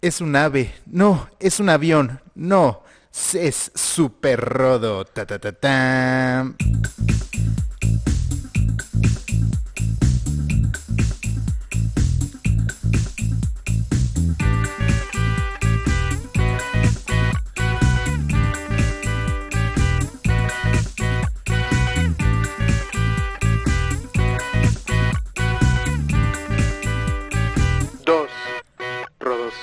Es un ave. No, es un avión. No, es super rodo. Ta, ta, ta, ta. Dos rodos.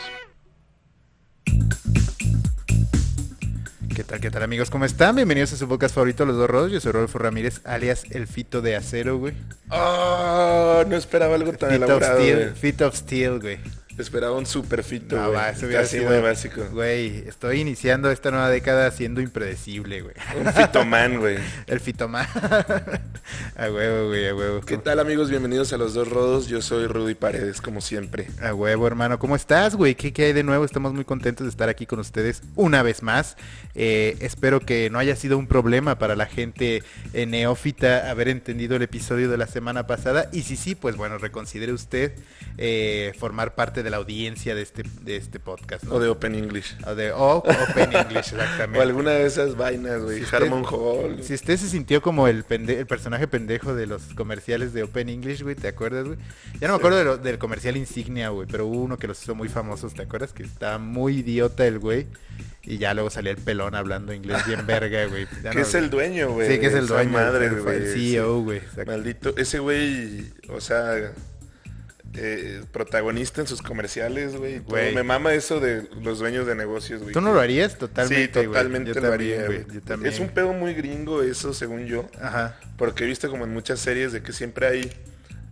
¿Qué tal, qué tal, amigos? ¿Cómo están? Bienvenidos a su podcast favorito, Los Dos Rodos. Yo soy Rodolfo Ramírez, alias El Fito de Acero, güey. Ah, no esperaba algo tan Fito of elaborado. Steel, güey. Fito of Steel, güey. Esperaba un super fito. No, güey. va, eso Está hubiera así sido- muy básico. Güey, estoy iniciando esta nueva década siendo impredecible, güey. Un fitoman, güey. El fitomán. a huevo, güey, a huevo. ¿Qué tal, amigos? Bienvenidos a Los Dos Rodos. Yo soy Rudy Paredes, como siempre. A huevo, hermano. ¿Cómo estás, güey? ¿Qué, qué hay de nuevo? Estamos muy contentos de estar aquí con ustedes una vez más. Eh, espero que no haya sido un problema para la gente eh, neófita haber entendido el episodio de la semana pasada. Y si sí, pues bueno, reconsidere usted eh, formar parte de la audiencia de este, de este podcast, ¿no? O de Open English. O de- o Open English, exactamente. O alguna de esas vainas, güey. Si usted- Harmon Hall. Si usted se sintió como el, pende- el personaje pendejo de los comerciales de Open English, güey, ¿te acuerdas, güey? Ya no me acuerdo de lo- del comercial insignia, güey, pero hubo uno que los hizo muy famosos, ¿te acuerdas? Que estaba muy idiota el güey. Y ya luego salía el pelón hablando inglés bien verga, güey. Ya que no- es el dueño, güey. Sí, que es de el esa dueño. madre, el, güey. el E sí. CEO, güey. exacto. Maldito, ese güey, o sea, eh, protagonista en sus comerciales, güey. y todo. Güey. Me mama eso de los dueños de negocios, güey. Tú no lo harías Sí, totalmente, güey. totalmente Yo lo también, haría, güey. güey. Yo también. Es un pedo muy gringo eso, según yo. Ajá. Porque he visto como en muchas series de que siempre hay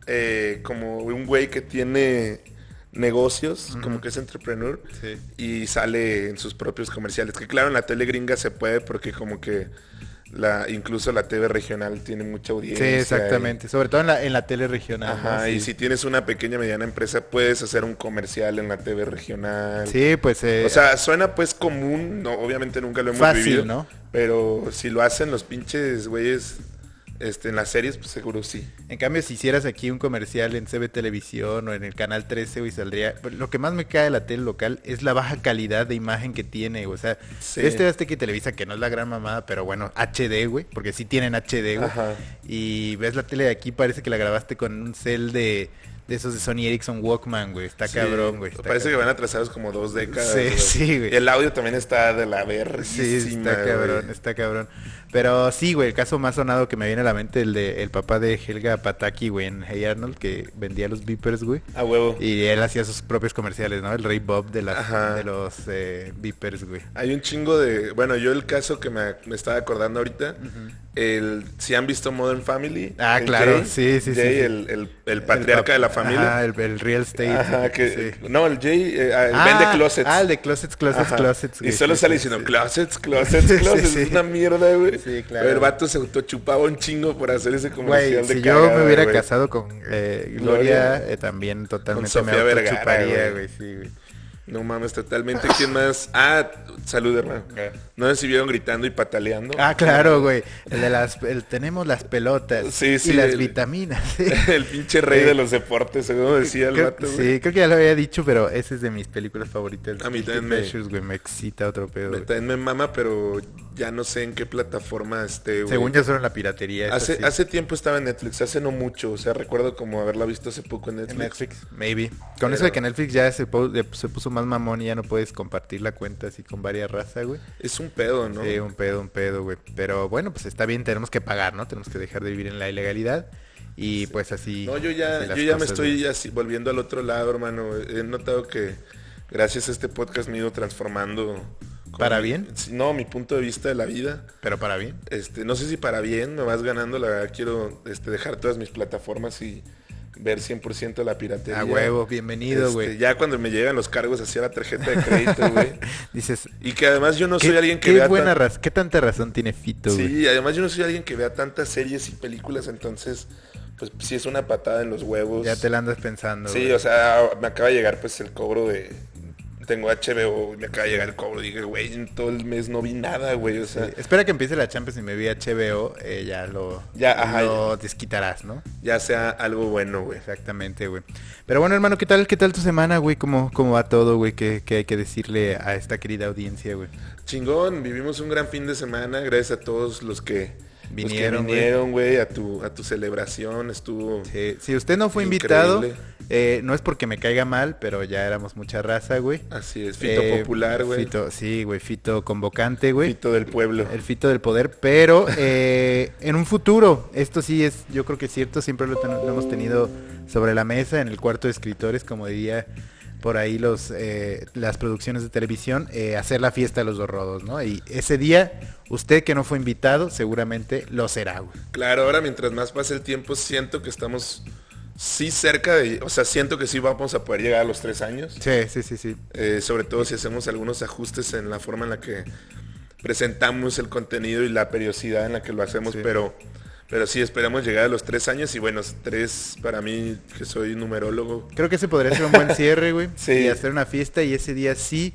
eh, como un güey que tiene negocios, como que es entrepreneur. Sí. Y sale en sus propios comerciales. Que claro, en la tele gringa se puede porque como que la incluso la TV regional tiene mucha Sí, audiencia. y- exactamente. Sobre todo en la, en la tele regional. ¿no? Ajá, y Sí. si tienes una pequeña mediana empresa, puedes hacer un comercial en la TV regional. Sí, pues... eh, O sea, suena pues común, no, obviamente nunca lo hemos Fácil, vivido. ¿no? Pero si lo hacen los pinches güeyes este, en las series, pues seguro sí. En cambio, si hicieras aquí un comercial en CB Televisión o en el Canal 13, güey, saldría... pues, Lo que más me cae de la tele local es la baja calidad de imagen que tiene, güey. O sea, Sí. este Azteca y Televisa, que no es la gran mamada, pero bueno, HD, güey, porque sí tienen HD, Eh, güey. Ajá. Y ves la tele de aquí, parece que la grabaste con un cel de, de esos de Sony Ericsson Walkman, güey. Está Sí, cabrón, güey. está Parece que cabrón. van atrasados como dos décadas. Sí, güey. sí, güey. Y el audio también está de la Sí, verguísima, está cabrón, güey. está cabrón. Pero sí, güey, el caso más sonado que me viene a la mente, el de el papá de Helga Pataki, güey, en Hey Arnold, que vendía los beepers, güey. A huevo. Y él hacía sus propios comerciales, ¿no? El Rey Bob de, las- Ajá. de los eh, Beepers, güey. Hay un chingo de... Bueno, yo el caso que me, me estaba acordando ahorita, el si han visto Modern Family. Ah, el claro, Jay, sí, sí, sí, Jay, sí. el, el- el patriarca pap- de la familia. Ajá, el, el real estate. Ajá, güey, que, sí. No, el Jay eh, ah, el Ah, vende closets. Ah, el de closets, closets, Ajá. closets. Y güey, solo sí, sale sí, diciendo sí. closets, closets, closets. Sí, sí. Es una mierda, güey. Sí, claro. Pero el vato se autochupaba un chingo por hacer ese comercial Güey, de si yo cagada, me hubiera güey. casado con eh, Gloria. Gloria, eh, también totalmente Sofía me Vergara, autochuparía, güey, güey. sí, güey. No mames, totalmente. ¿Quién más? Ah, salud, hermano. Ah. No sé si vieron gritando y pataleando. Ah, claro, güey. El de las, el- tenemos las pelotas Sí, sí, y las el- vitaminas. sí. El pinche rey Sí. de los deportes, según decía el Creo- vato, güey. sí, creo que ya lo había dicho, pero esa es de mis películas favoritas. A mí Guilty también me- Pleasures, güey, me excita otro pedo. Me- güey. También me mama, pero ya no sé en qué plataforma este, güey. Según yo solo en la piratería. es Hace, así. hace tiempo estaba en Netflix, hace no mucho, o sea, recuerdo como haberla visto hace poco en En Netflix. Netflix, maybe. Con Pero- eso de que Netflix ya se, po- de- se puso más mamón y ya no puedes compartir la cuenta así con varias razas, güey. Es un pedo, ¿no? Sí, un pedo, un pedo, güey. Pero bueno, pues está bien, tenemos que pagar, ¿no? Tenemos que dejar de vivir en la ilegalidad. Y pues así. No, yo así ya, las yo ya me cosas, estoy güey. así volviendo al otro lado, hermano. He notado que gracias a este podcast me he ido transformando. con ¿Para mi- bien? sí, No, mi punto de vista de la vida. Pero para bien. Este, no sé si para bien me vas ganando, la verdad quiero este, dejar todas mis plataformas y ver 100% la piratería. A huevo, bienvenido, Este, güey. ya cuando me llegan los cargos hacia la tarjeta de crédito, güey. Dices, Y que además yo no ¿qué, soy alguien que qué vea tan- buena raz- ¿qué tanta razón tiene Fito, güey? Sí, además yo no soy alguien que vea tantas series y películas, entonces pues sí es una patada en los huevos. Ya te la andas pensando. Pues, Sí, güey. o sea, me acaba de llegar pues el cobro de tengo HBO y me acaba de llegar el cobro. Dije, güey, en todo el mes no vi nada, güey. O sea, Sí, Espera que empiece la Champions y me vi HBO, eh, ya lo, Ya, ajá, lo desquitarás, ¿no? ya sea algo bueno, güey. Exactamente, güey. Pero bueno, hermano, ¿qué tal, qué tal tu semana, güey? ¿Cómo, cómo va todo, güey? ¿Qué, qué hay que decirle a esta querida audiencia, güey? Pues Chingón, vivimos un gran fin de semana. Gracias a todos los que los que Vinieron, güey. vinieron, güey, a tu, a tu celebración. Estuvo. Sí, si usted no fue invitado, Increíble. eh, no es porque me caiga mal, pero ya éramos mucha raza, güey. Así es, fito Eh, popular, güey. Fito, Fito, sí, güey, fito convocante, güey. del pueblo. El fito del poder, pero eh, en un futuro, esto sí es, yo creo que es cierto, siempre lo, ten- lo hemos tenido sobre la mesa, en el cuarto de escritores, como diría por ahí los eh, las producciones de televisión, eh, hacer la fiesta de los dos rodos, ¿no? Y ese día, usted que no fue invitado, seguramente lo será, güey. Claro, ahora mientras más pasa el tiempo, siento que estamos sí cerca de. O sea, siento que sí vamos a poder llegar a los tres años. Sí, sí, sí, sí. Eh, sobre todo si hacemos algunos ajustes en la forma en la que presentamos el contenido y la periodicidad en la que lo hacemos, Sí. pero, pero sí esperamos llegar a los tres años y bueno, tres para mí, que soy numerólogo. Creo que ese podría ser un buen cierre, güey. Sí. Y hacer una fiesta y ese día sí,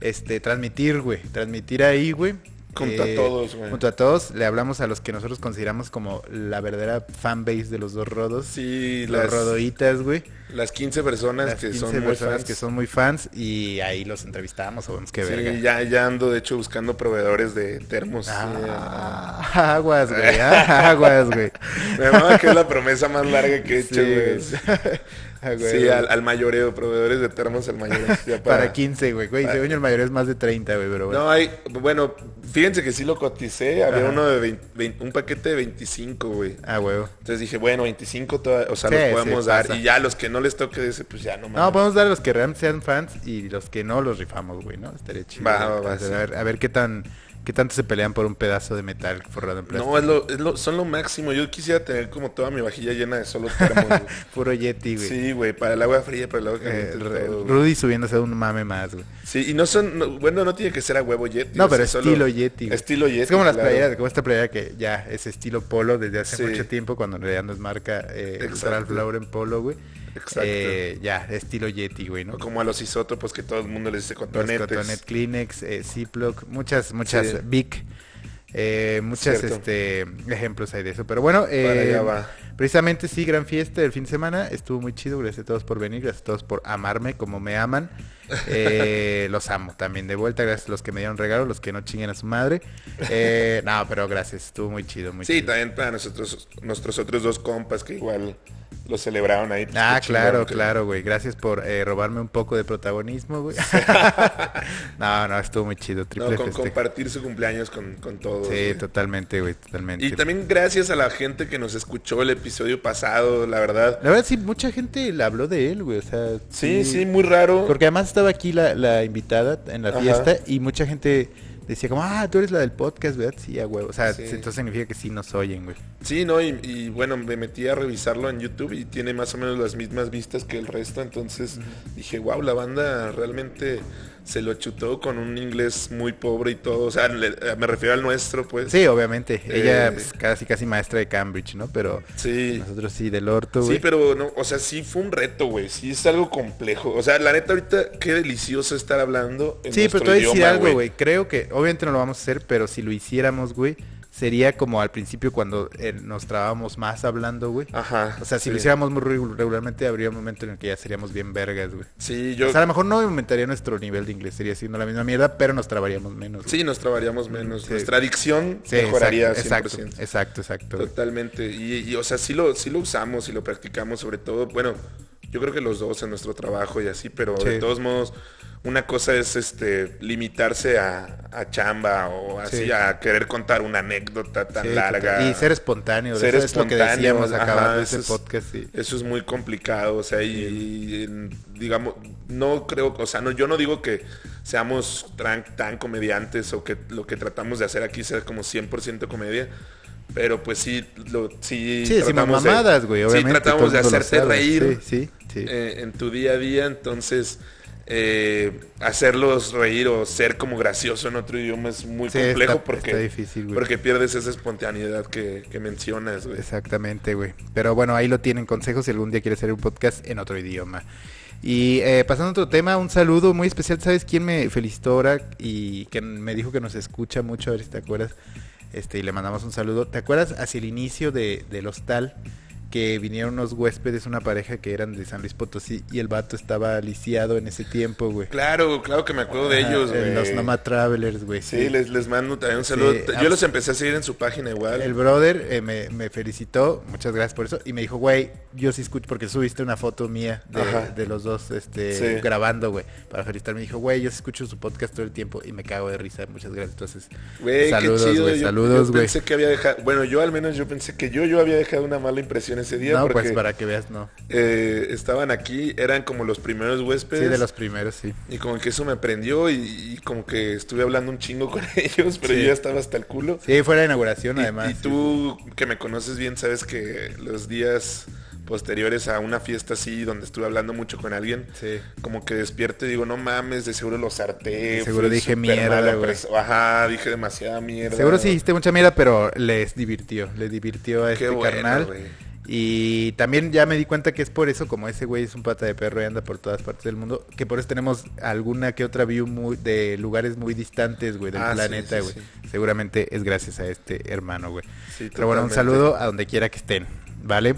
este, transmitir, güey. Transmitir ahí, güey. eh, Junto a todos, güey. Junto a todos, le hablamos a los que nosotros consideramos como la verdadera fanbase de los dos rodos. Sí, los las, rodoitas, güey. las 15 personas Las que 15 son muy personas fans. que son muy fans y ahí los entrevistamos o vemos qué Sí, verga. ya, ya ando de hecho buscando proveedores de termos. Ah, aguas, güey. ah, aguas, güey. Sí, ah, Me mama que es la promesa más larga que he hecho, Sí, güey. güey. Sí, Ah, güey, sí, güey. al, al mayoreo, proveedores de termos al mayoreo. ya para... 15, güey. Güey, para- según yo, el mayor es más de 30, güey, pero bueno. No, hay, bueno, fíjense que sí lo coticé, había Ajá. uno de 20 20 un paquete de 25, güey. Ah, huevo. Entonces dije, bueno, 25, toda- o sea, Sí, los sí, podemos dar. pasa. Y ya los que no les toque ese, pues ya no mames. No, podemos dar a los que realmente sean fans y los que no los rifamos, güey, ¿no? Estaría chido. Va, va, va, Entonces, sí. a, ver, a ver qué tan qué tanto se pelean por un pedazo de metal forrado en plástico. No, es lo, es lo- son lo máximo. Yo quisiera tener como toda mi vajilla llena de solo termos. güey. Puro Yeti, güey. sí, güey, para el agua fría, para el agua Eh, caliente. Re- todo, güey. Rudy subiéndose a un mame más, güey. sí, y no son, no- bueno, no tiene que ser a huevo Yeti. No, o sea, pero solo- estilo Yeti, güey. Estilo Yeti. Es como las claro. playeras, como esta playera que ya es estilo polo desde hace Sí. mucho tiempo, cuando en realidad no es marca eh, Exacto. Ralph Lauren Polo, güey. Exacto. Eh, ya, estilo Yeti, güey, ¿no? O como a los isótopos que todo el mundo les dice Los cotonetes. Cotonet Kleenex, eh, Ziploc, muchas, muchas, Sí. Vic, eh, muchas Cierto. este, ejemplos hay de eso. Pero bueno, Para eh, allá va. precisamente sí, gran fiesta del fin de semana, estuvo muy chido, gracias a todos por venir, gracias a todos por amarme como me aman. Eh, los amo también de vuelta, gracias a los que me dieron regalos, los que no chinguen a su madre. Eh, no, pero gracias, estuvo muy chido, muy Sí, chido. también para nosotros, nuestros otros dos compas que igual lo celebraron ahí. pues, Ah, qué chingón, claro, que- claro, güey. Gracias por eh, robarme un poco de protagonismo, güey. no, no, estuvo muy chido. Triple No, con festejo. compartir su cumpleaños con, con todos. Sí, güey. totalmente, güey, totalmente. y también gracias a la gente que nos escuchó el episodio pasado, la verdad. La verdad, sí, mucha gente le habló de él, güey, o sea... Sí, sí, muy raro. Porque además estaba aquí la, la invitada en la Ajá. fiesta y mucha gente decía como, ah, tú eres la del podcast, ¿verdad? Sí, a huevo. O sea, Sí. entonces significa que sí nos oyen, güey. Sí, no, y, y bueno, me metí a revisarlo en YouTube y tiene más o menos las mismas vistas que el resto. Entonces dije, wow, la banda realmente se lo chutó con un inglés muy pobre y todo. O sea, le- eh, me refiero al nuestro, pues. Sí, obviamente. Eh. Ella, pues, casi, casi maestra de Cambridge, ¿no? Pero Sí. nosotros sí, del orto, Sí, güey. pero no, o sea, sí fue un reto, güey. Sí es algo complejo. O sea, la neta ahorita qué delicioso estar hablando en Sí, nuestro pero te voy a decir idioma, algo, güey. Creo que, obviamente no lo vamos a hacer, pero si lo hiciéramos, güey, sería como al principio cuando eh, nos trabábamos más hablando, güey. Ajá. O sea, si sí. lo hiciéramos muy regu- regularmente, habría un momento en el que ya seríamos bien vergas, güey. Sí, yo O sea, a lo mejor no aumentaría nuestro nivel de inglés, sería siendo la misma mierda, pero nos trabaríamos menos. güey. sí nos trabaríamos menos. Sí. Nuestra adicción Sí, mejoraría exacto, 100%. exacto, exacto, exacto, güey. Totalmente. Y, y, o sea, sí lo sí lo usamos y lo practicamos sobre todo, bueno, yo creo que los dos en nuestro trabajo y así, pero de Sí. todos modos una cosa es este limitarse a, a chamba o así Sí. a querer contar una anécdota tan Sí, larga. total. Y ser espontáneo, Ser ser eso es lo que espontáneo, decíamos ajá, acabando eso ese es- podcast. sí. Eso es muy complicado, o sea, y, y, en- digamos, no creo, o sea, no, yo no digo que seamos tan, tan comediantes o que lo que tratamos de hacer aquí sea como 100% comedia, pero pues sí, lo, sí, Sí, decimos tratamos de- mamadas, güey, obviamente. Sí, todo tratamos el de mundo lo hacerte sabe. reír Sí, sí, sí. eh, en tu día a día, entonces eh, hacerlos reír o ser como gracioso en otro idioma es muy Sí, complejo está- porque, está difícil, güey. porque pierdes esa espontaneidad que, que mencionas, güey. Exactamente, güey. Pero bueno, ahí lo tienen consejos si algún día quieres hacer un podcast en otro idioma. Y eh, pasando a otro tema, un saludo muy especial. ¿Sabes quién me felicitó ahora y que me dijo que nos escucha mucho? A ver si te acuerdas. Este, y le mandamos un saludo. ¿Te acuerdas hacia el inicio de, del hostal? que vinieron unos huéspedes, una pareja que eran de San Luis Potosí y el vato estaba lisiado en ese tiempo, güey. Claro, claro que me acuerdo de Ah, ellos, eh, güey. Los Nomad Travelers, güey. Sí, Les, les mando también un saludo. Sí, Yo abs- los empecé a seguir en su página igual. El brother eh, me, me felicitó, muchas gracias por eso, y me dijo, güey, yo sí escucho, porque subiste una foto mía Ajá. de, de los dos este, Sí. grabando, güey, para felicitarme. Me dijo, güey, yo sí escucho su podcast todo el tiempo y me cago de risa, muchas gracias. Entonces, Güey, saludos, qué chido. güey, yo- saludos, yo güey. Pensé que había dejado, bueno, yo al menos yo pensé que yo, yo había dejado una mala impresión ese día No, porque pues para que veas, no. eh, estaban aquí, eran como los primeros Sí, huéspedes. de los primeros, sí. Y como que eso me prendió y, y como que estuve hablando un chingo con ellos, pero Sí. yo ya estaba hasta el culo. Sí, fue la inauguración, Y- además. Y, tú, que me conoces bien, sabes que los días posteriores a una fiesta así, donde estuve hablando mucho con alguien, Sí. como que despierto y digo, no mames, de seguro los harté. De seguro fui dije súper mierda, mala güey. perso- Ajá, dije demasiada mierda. Seguro sí hiciste mucha mierda, pero les divirtió, le divirtió a Qué este bueno, carnal. güey. Y también ya me di cuenta que es por eso, como ese güey es un pata de perro y anda por todas partes del mundo, que por eso tenemos alguna que otra view muy, de lugares muy distantes, güey, del Ah, sí, planeta, sí, güey. sí. Seguramente es gracias a este hermano, güey. Sí, Pero bueno, un totalmente. saludo a donde quiera que estén, ¿vale?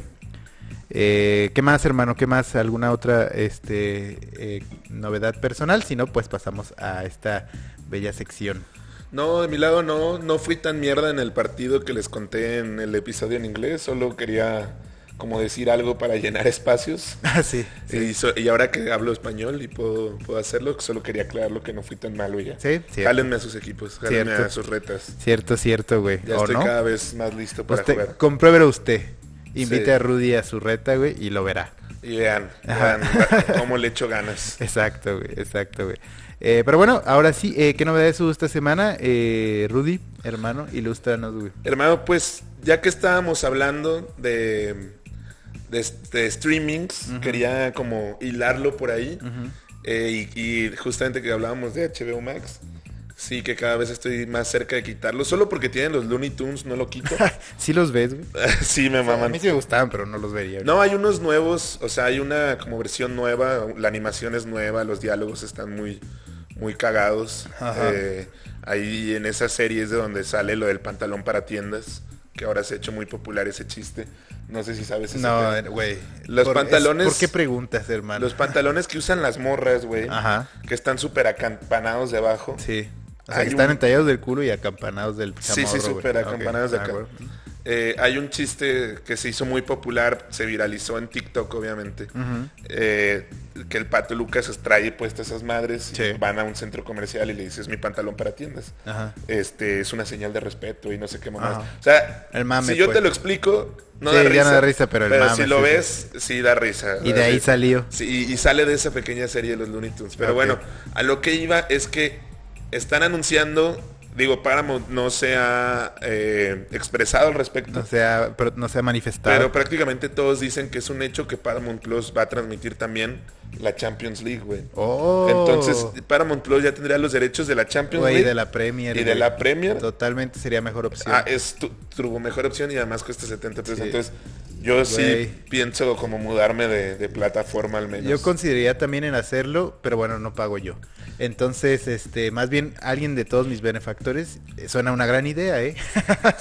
Eh, ¿Qué más, hermano? ¿Qué más? ¿Alguna otra este, eh, novedad personal? Si no, pues pasamos a esta bella sección. No, de mi lado no, no fui tan mierda en el partido que les conté en el episodio en inglés, solo quería como decir algo para llenar espacios. Ah, sí. sí. Y, so- y ahora que hablo español y puedo, puedo hacerlo, solo quería aclararlo que no fui tan malo y ya. Sí, cierto. Jálenme a sus equipos, jálenme Cierto. a sus retas. Cierto, cierto, güey. Ya ¿O estoy no? Pues cada vez más listo para Usted- jugar. compruébelo usted. Invite Sí. a Rudy a su reta, güey, y lo verá. Y vean, Ajá. vean cómo le echo ganas. Exacto, güey, exacto, güey. Eh, pero bueno, ahora sí, eh, ¿qué novedades hubo esta semana? Eh, Rudy, hermano, ilústranos, güey. Hermano, pues ya que estábamos hablando de, de, de streamings, quería como hilarlo por ahí. Eh, y, y justamente que hablábamos de HBO Max. Sí, que cada vez estoy más cerca de quitarlo. Solo porque tienen los Looney Tunes, no lo quito. Sí los ves, güey. sí, me A maman. mí sí me gustaban, pero no los vería. güey. No, hay unos nuevos, o sea, hay una como versión nueva, la animación es nueva, los diálogos están muy, muy cagados. Ajá. Eh, ahí en esa serie es de donde sale lo del pantalón para tiendas, que ahora se ha hecho muy popular ese chiste. No sé si sabes ese No, tema. eh, güey. Los Por- es- pantalones- ¿Por qué preguntas, hermano? Los pantalones que usan las morras, güey, Ajá. que están súper acampanados debajo. Sí. O sea, Hay que están un- entallados del culo y acampanados del Sí, chamorro, sí, güey. súper Ok, acampanados de ah, acá. güey. Eh, hay un chiste que se hizo muy popular, se viralizó en TikTok, obviamente. Ujú. eh, que el pato Lucas trae puestas esas madres, y Sí. van a un centro comercial y le dices mi pantalón para tiendas. Ajá. Este es una señal de respeto y no sé qué más. Ajá. O sea, El mame, si yo pues. te lo explico, no Sí, da ya risa. no da risa, pero el mame, si lo sí, ves, sí da risa. Y de ahí Sí. salió. Sí, y, y sale de esa pequeña serie de los Looney Tunes. Pero Ok. bueno, a lo que iba es que están anunciando, digo, Paramount no se ha eh, expresado al respecto. No se ha, pero no se ha manifestado. Pero prácticamente todos dicen que es un hecho que Paramount Plus va a transmitir también la Champions League, güey. Oh. Entonces, Paramount Plus ya tendría los derechos de la Champions Güey, League. de la Premier. Y de güey. la Premier. Totalmente sería mejor opción. Ah, es tu, tu mejor opción y además cuesta 70 pesos. Sí. Entonces, yo Güey. sí pienso como mudarme de, de plataforma al menos. Yo consideraría también en hacerlo, pero bueno, no pago yo. Entonces, este, más bien alguien de todos mis benefactores, eh, suena una gran idea, ¿eh?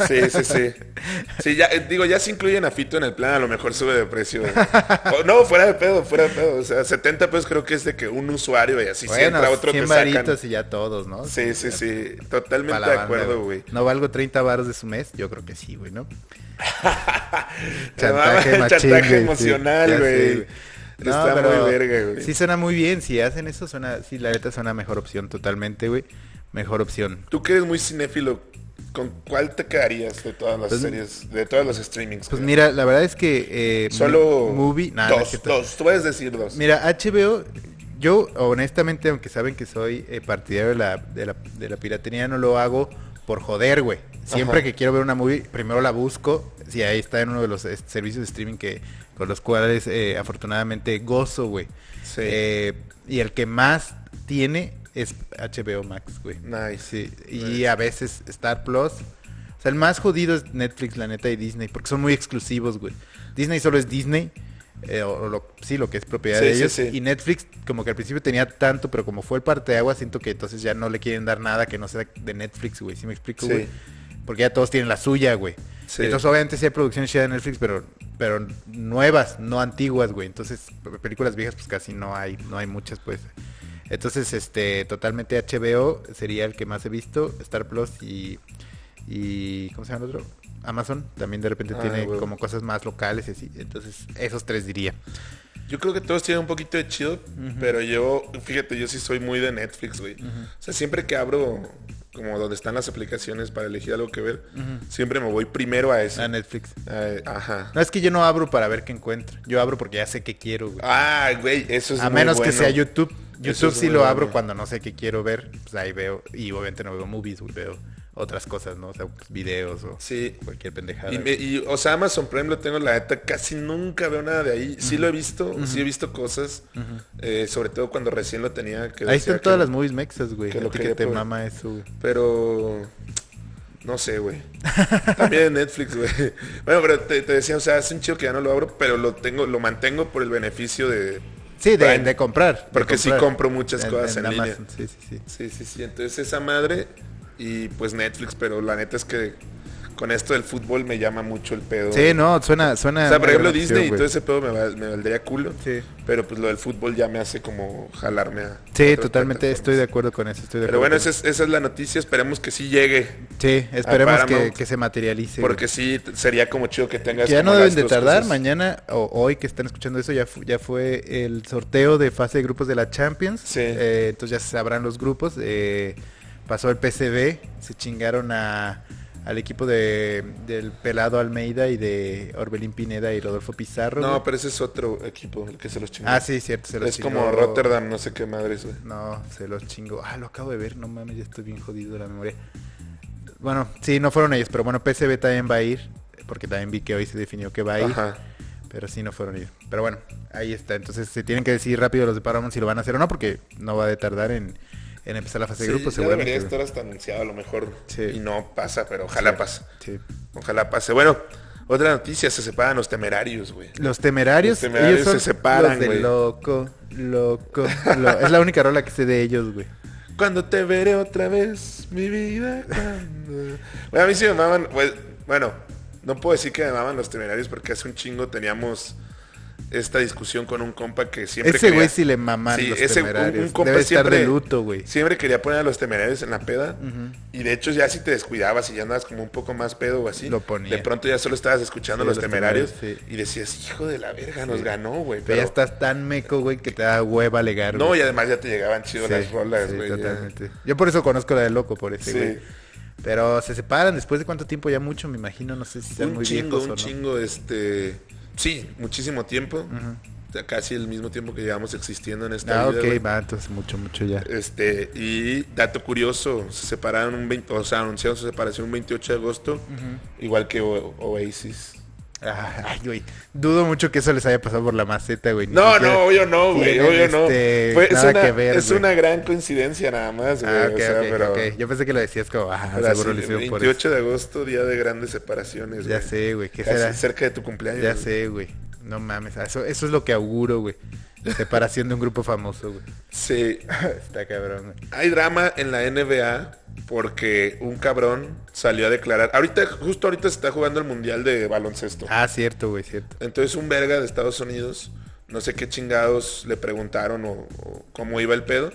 Sí, sí, sí. Sí, ya, eh, digo, ya se incluyen a Fito en el plan, a lo mejor sube de precio. güey. O, no, fuera de pedo, fuera de pedo. O sea, 70 pesos creo que es de que un usuario y así si bueno, entra otro 100 te sacan. varitos y ya todos, ¿no? Sí, sí, sí. Pa' Totalmente la de banda, acuerdo, güey. No valgo 30 varos de su mes, yo creo que sí, güey, ¿no? Te mama el machín, chantaje güey, sí, emocional, ya sé, güey. No, Está pero muy verga, güey. Sí suena muy bien, si hacen eso suena, sí la neta suena mejor opción totalmente, güey. Mejor opción. Tú que eres muy cinéfilo, ¿con cuál te quedarías de todas las Pues- series, de todos los streamings? Pues güey? mira, la verdad es que eh, solo mu- movie, nada, no es dos, cierto. dos. Tú puedes decir dos. Mira, HBO, yo honestamente, aunque saben que soy eh, partidario de la, de, la, de la piratería, no lo hago por joder, güey. Siempre Ajá. que quiero ver una movie, primero la busco, si ahí está en uno de los eh, servicios de streaming que con los cuales eh, afortunadamente gozo, güey. Sí. Eh, y el que más tiene es HBO Max, güey. Nice. Sí, y Nice. a veces Star Plus. O sea, el más jodido es Netflix, la neta, y Disney, porque son muy exclusivos, güey. Disney solo es Disney. eh, o, o lo- sí, lo que es propiedad Sí, de sí, ellos. sí. Y Netflix, como que al principio tenía tanto, pero como fue el parte de agua, siento que entonces ya no le quieren dar nada que no sea de Netflix, güey. ¿Sí me explico, Sí. güey? Porque ya todos tienen la suya, güey. Sí. Entonces, obviamente sí hay producciones chidas de Netflix, pero, pero nuevas, no antiguas, güey. Entonces, pe- películas viejas, pues casi no hay, no hay muchas, pues. Entonces, este, totalmente HBO sería el que más he visto, Star Plus y, y ¿cómo se llama el otro? Amazon también de repente Ah, tiene huevo. como cosas más locales y así. Entonces, esos tres diría. Yo creo que todos tienen un poquito de chido, pero yo, fíjate, yo sí soy muy de Netflix, güey. O sea, siempre que abro como donde están las aplicaciones para elegir algo que ver, siempre me voy primero a eso. A Netflix. ajá. No es que yo no abro para ver qué encuentro. Yo abro porque ya sé qué quiero, güey. Ah, güey, eso es a muy menos que bueno. sea YouTube. Eso YouTube es sí muy lo bueno. abro cuando no sé qué quiero ver. Pues ahí veo. Y obviamente no veo movies, güey, veo otras cosas, ¿no? O sea, pues, videos o Sí. cualquier pendejada. Y, me- güey. y, o sea, Amazon Prime lo tengo, la neta, casi nunca veo nada de ahí. Sí lo he visto, sí he visto cosas, eh, sobre todo cuando recién lo tenía. Que Ahí decía están todas que- las movies mexas, güey. que A lo ti que quería te por- mama eso, güey. Pero no sé, güey. También Netflix, güey. Bueno, pero te, te decía, o sea, hace un chido que ya no lo abro, pero lo tengo, lo mantengo por el beneficio de. Sí, de, Prime. de comprar. de Porque sí comprar. compro muchas cosas en línea. Sí, sí, sí. Sí, sí, sí. Entonces esa madre y pues Netflix, pero la neta es que con esto del fútbol me llama mucho el pedo. Sí, no, suena, suena. O sea, una por ejemplo, gran opción, Disney y güey. todo ese pedo me, val- me valdría culo. Sí. Pero pues lo del fútbol ya me hace como jalarme a. Sí, otras totalmente plataformas. estoy de acuerdo con eso. Estoy de pues Pero acuerdo bueno, con esa es, esa es la noticia. Esperemos que sí llegue. Sí, esperemos que, Paramount. que se materialice. güey. Porque sí, t- sería como chido que tengas. Que ya como no deben las de dos tardar. cosas. Mañana o hoy que están escuchando eso, ya, fu- ya fue el sorteo de fase de grupos de la Champions. Sí. Eh, entonces ya se sabrán los grupos. Eh, pasó el PCB, se chingaron a, al equipo de, del Pelado Almeida y de Orbelín Pineda y Rodolfo Pizarro. No, güey. pero ese es otro equipo el que se los chingó. Ah, sí, cierto. Se los es como chingó- Rotterdam, no sé qué madre es, güey. No, se los chingo. Ah, lo acabo de ver, no mames, ya estoy bien jodido de la memoria. Bueno, sí, no fueron ellos, pero bueno, PCB también va a ir, porque también vi que hoy se definió que va a ir. Ajá. Pero sí, no fueron ellos. Pero bueno, ahí está. Entonces se tienen que decidir rápido los de Paramount si lo van a hacer o no, porque no va a de tardar en, en empezar la fase Sí, de grupos, ya debería seguramente. estar hasta anunciado a lo mejor. Sí. Y no pasa, pero ojalá pase. Sí. Ojalá pase. Bueno, otra noticia, se separan los temerarios, güey. Los temerarios, Los Temerarios ellos son se separan, los de güey. loco, loco, lo- es la única rola que sé de ellos, güey. Cuando te veré otra vez, mi vida. Cuando... Bueno, a mí sí me maman. pues, bueno, no puedo decir que me maman los temerarios porque hace un chingo teníamos esta discusión con un compa que siempre. Ese güey quería- sí le maman Sí, los ese- un- temerarios. un compa Debe estar de siempre- luto, güey. Siempre quería poner a los temerarios en la peda. Y de hecho, ya si te descuidabas y ya andabas como un poco más pedo o así. Lo ponía. De pronto ya solo estabas escuchando Sí, los, Los temerarios. Temerarios, sí. Y decías, hijo de la verga, nos ganó, güey. Pero Pero ya estás tan meco, güey, que te da hueva alegar. No, güey. y además ya te llegaban chido Sí, las rolas, sí, güey. ya. totalmente. Yo por eso conozco la de loco, por ese, Sí. güey. Pero se separan después de cuánto tiempo, ya mucho, me imagino. No sé si sean un muy chingo, viejos un o no. chingo, este... Sí, muchísimo tiempo. O sea, Casi el mismo tiempo que llevamos existiendo en esta Ah, vida, ok, güey. va, entonces mucho, mucho ya. Este, y dato curioso, se separaron un 20, o sea, anunciaron su separación un 28 de agosto, igual que O- Oasis. Ah, Ay, güey. Dudo mucho que eso les haya pasado por la maceta, güey. Ni No, siquiera no, obvio no, güey, tienen, obvio no. este, Fue- es nada una, que ver, es güey. una gran coincidencia nada más, güey. Ah, o ok, sea, ok, pero, ok. Yo pensé que lo decías como, ah, pero seguro así, lo hicieron por eso. 28 de agosto, día de grandes separaciones, Ya güey. sé, güey. ¿Qué Casi será? cerca de tu cumpleaños. Ya güey. sé, güey. No mames. Eso, eso es lo que auguro, güey. La separación de un grupo famoso, güey. Sí. Está cabrón, güey. Hay drama en la NBA porque un cabrón salió a declarar. Ahorita, justo ahorita se está jugando el mundial de baloncesto. Ah, cierto, güey, cierto. Entonces un verga de Estados Unidos, no sé qué chingados le preguntaron o, o cómo iba el pedo,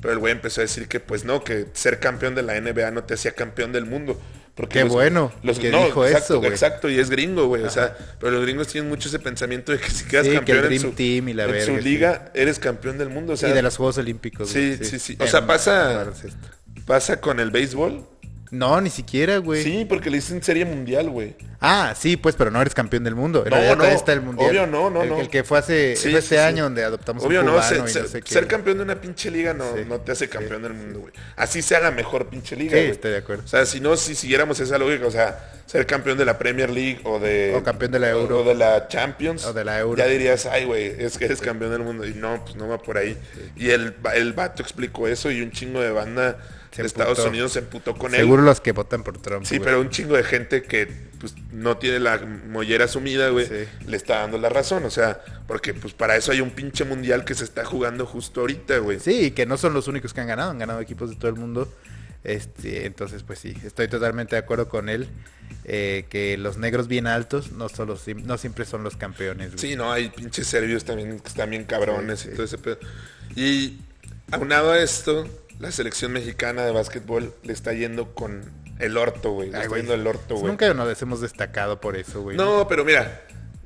pero el güey empezó a decir que pues no, que ser campeón de la NBA no te hacía campeón del mundo. Porque Qué bueno que dijo exacto, eso, güey. Exacto, y es gringo, güey. O sea, pero los gringos tienen mucho ese pensamiento de que si quedas Sí, que el campeón en, Dream su, Team y la en su verga, sí. liga, eres campeón del mundo. O sea, y de los Juegos Olímpicos, Sí, güey. sí, sí. O sea, En pasa- baloncesto. pasa con el béisbol. No, ni siquiera, güey. Sí, porque le dicen serie mundial, güey. Ah, sí, pues, pero no eres campeón del mundo. En No, realidad no. todavía está el mundial. Obvio, no, no, el, no. El que fue hace fue Sí, sí, este sí. año donde adoptamos Obvio, un no, cubano ser, y ser- no sé qué. ser campeón de una pinche liga no, Sí. no te hace campeón del mundo, güey. Así sea la mejor pinche liga, Sí, güey. estoy de acuerdo. O sea, si no, si siguiéramos esa lógica, o sea, ser campeón de la Premier League o de... O campeón de la Euro. O, de la Champions. O de la Euro. Ya dirías, ay, güey, es que eres campeón del mundo. Y no, pues no va por ahí. Y el, va- el vato explicó eso y un chingo de banda Se de Estados emputó. Unidos se emputó con él. Seguro los que votan por Trump. Sí, güey. pero un chingo de gente que pues, no tiene la mollera sumida, güey, Sí. le está dando la razón. O sea, porque pues para eso hay un pinche mundial que se está jugando justo ahorita, güey. Sí, y que no son los únicos que han ganado, han ganado equipos de todo el mundo. Este, entonces, pues sí, estoy totalmente de acuerdo con él. eh, que los negros bien altos no, solo, sim- no siempre son los campeones. güey. Sí, no, hay pinches serbios también que están bien cabrones Sí, sí. y todo ese pedo. Y aunado a esto, la selección mexicana de básquetbol le está yendo con el orto, güey. Le Ay, está güey. yendo el orto, güey. Pues, Nunca nos hemos destacado por eso, güey. No, pero mira,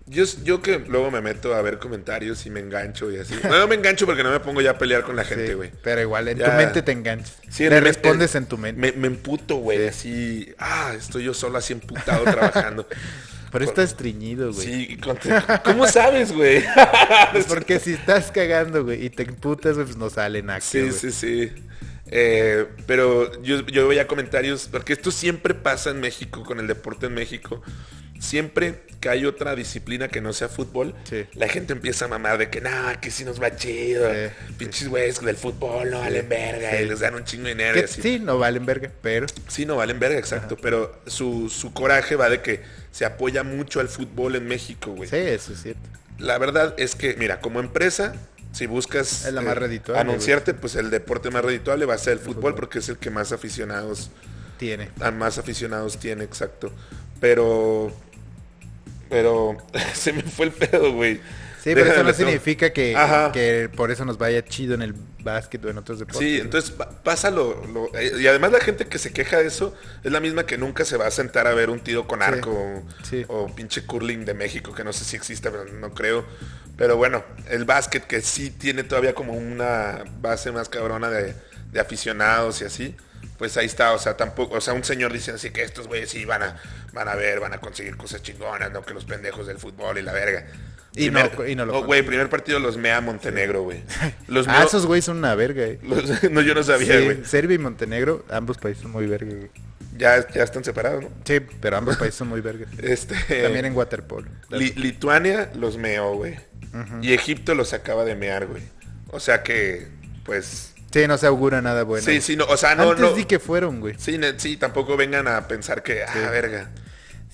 yo, yo que luego me meto a ver comentarios y me engancho y así. No, no me engancho porque no me pongo ya a pelear con la Sí, gente, güey. pero igual, en tu Ya. mente te enganchas. Sí, Le en mi mente- respondes en tu mente. Me, me emputo, güey, así. Ah, estoy yo solo así emputado trabajando. Pero estás triñido, güey. sí, y con- ¿cómo sabes, güey? Pues Porque si estás cagando, güey, y te emputas, güey, pues no sale nada. Sí, güey. sí, sí. Eh, pero yo, yo veía comentarios, porque esto siempre pasa en México, con el deporte en México. Siempre que hay otra disciplina que no sea fútbol, Sí. la gente empieza a mamar de que no, que si nos va chido. Sí, Pinches güeyes del fútbol no valen verga Sí. y les dan un chingo de dinero. y Que así. sí, no valen verga, pero Sí, no valen verga, exacto. Pero su, su coraje va de que se apoya mucho al fútbol en México, güey. sí, eso es cierto. La verdad es que, mira, como empresa, si buscas eh, Es la más redituable, anunciarte, pues el deporte más redituable va a ser el fútbol porque es el que más aficionados, Tiene. a más aficionados tiene, exacto. Pero, pero se me fue el pedo, güey. Sí, pero eso Déjame, no le tengo- significa que, Ajá. que por eso nos vaya chido en el básquet o en otros deportes. Sí, entonces pa- pasa lo, lo- eh, Y además la gente que se queja de eso es la misma que nunca se va a sentar a ver un tiro con arco sí. o pinche curling de México, que no sé si exista, pero no creo. Pero bueno, el básquet que sí tiene todavía como una base más cabrona de, de aficionados y así. Pues ahí está, o sea, tampoco, o sea, un señor dice así que estos güeyes sí van a, van a ver, van a conseguir cosas chingonas, no que los pendejos del fútbol y la verga. Y no- y no lo Oh, güey, primer partido los mea Montenegro, güey. Los ah, meó- esos güeyes son una verga, eh. los- no, yo no sabía, Sí, güey. Serbia y Montenegro, ambos países son muy verga, güey. Ya, ya están separados, ¿no? Sí, pero ambos países son muy verga. Este, También en waterpolo. Li- Lituania los meó, güey. Y Egipto los acaba de mear, güey. O sea que, pues... Sí, no se augura nada bueno. sí, sí, no, o sea, no, Antes no. di que fueron, güey. Sí, ne- sí, tampoco vengan a pensar que, ah, verga.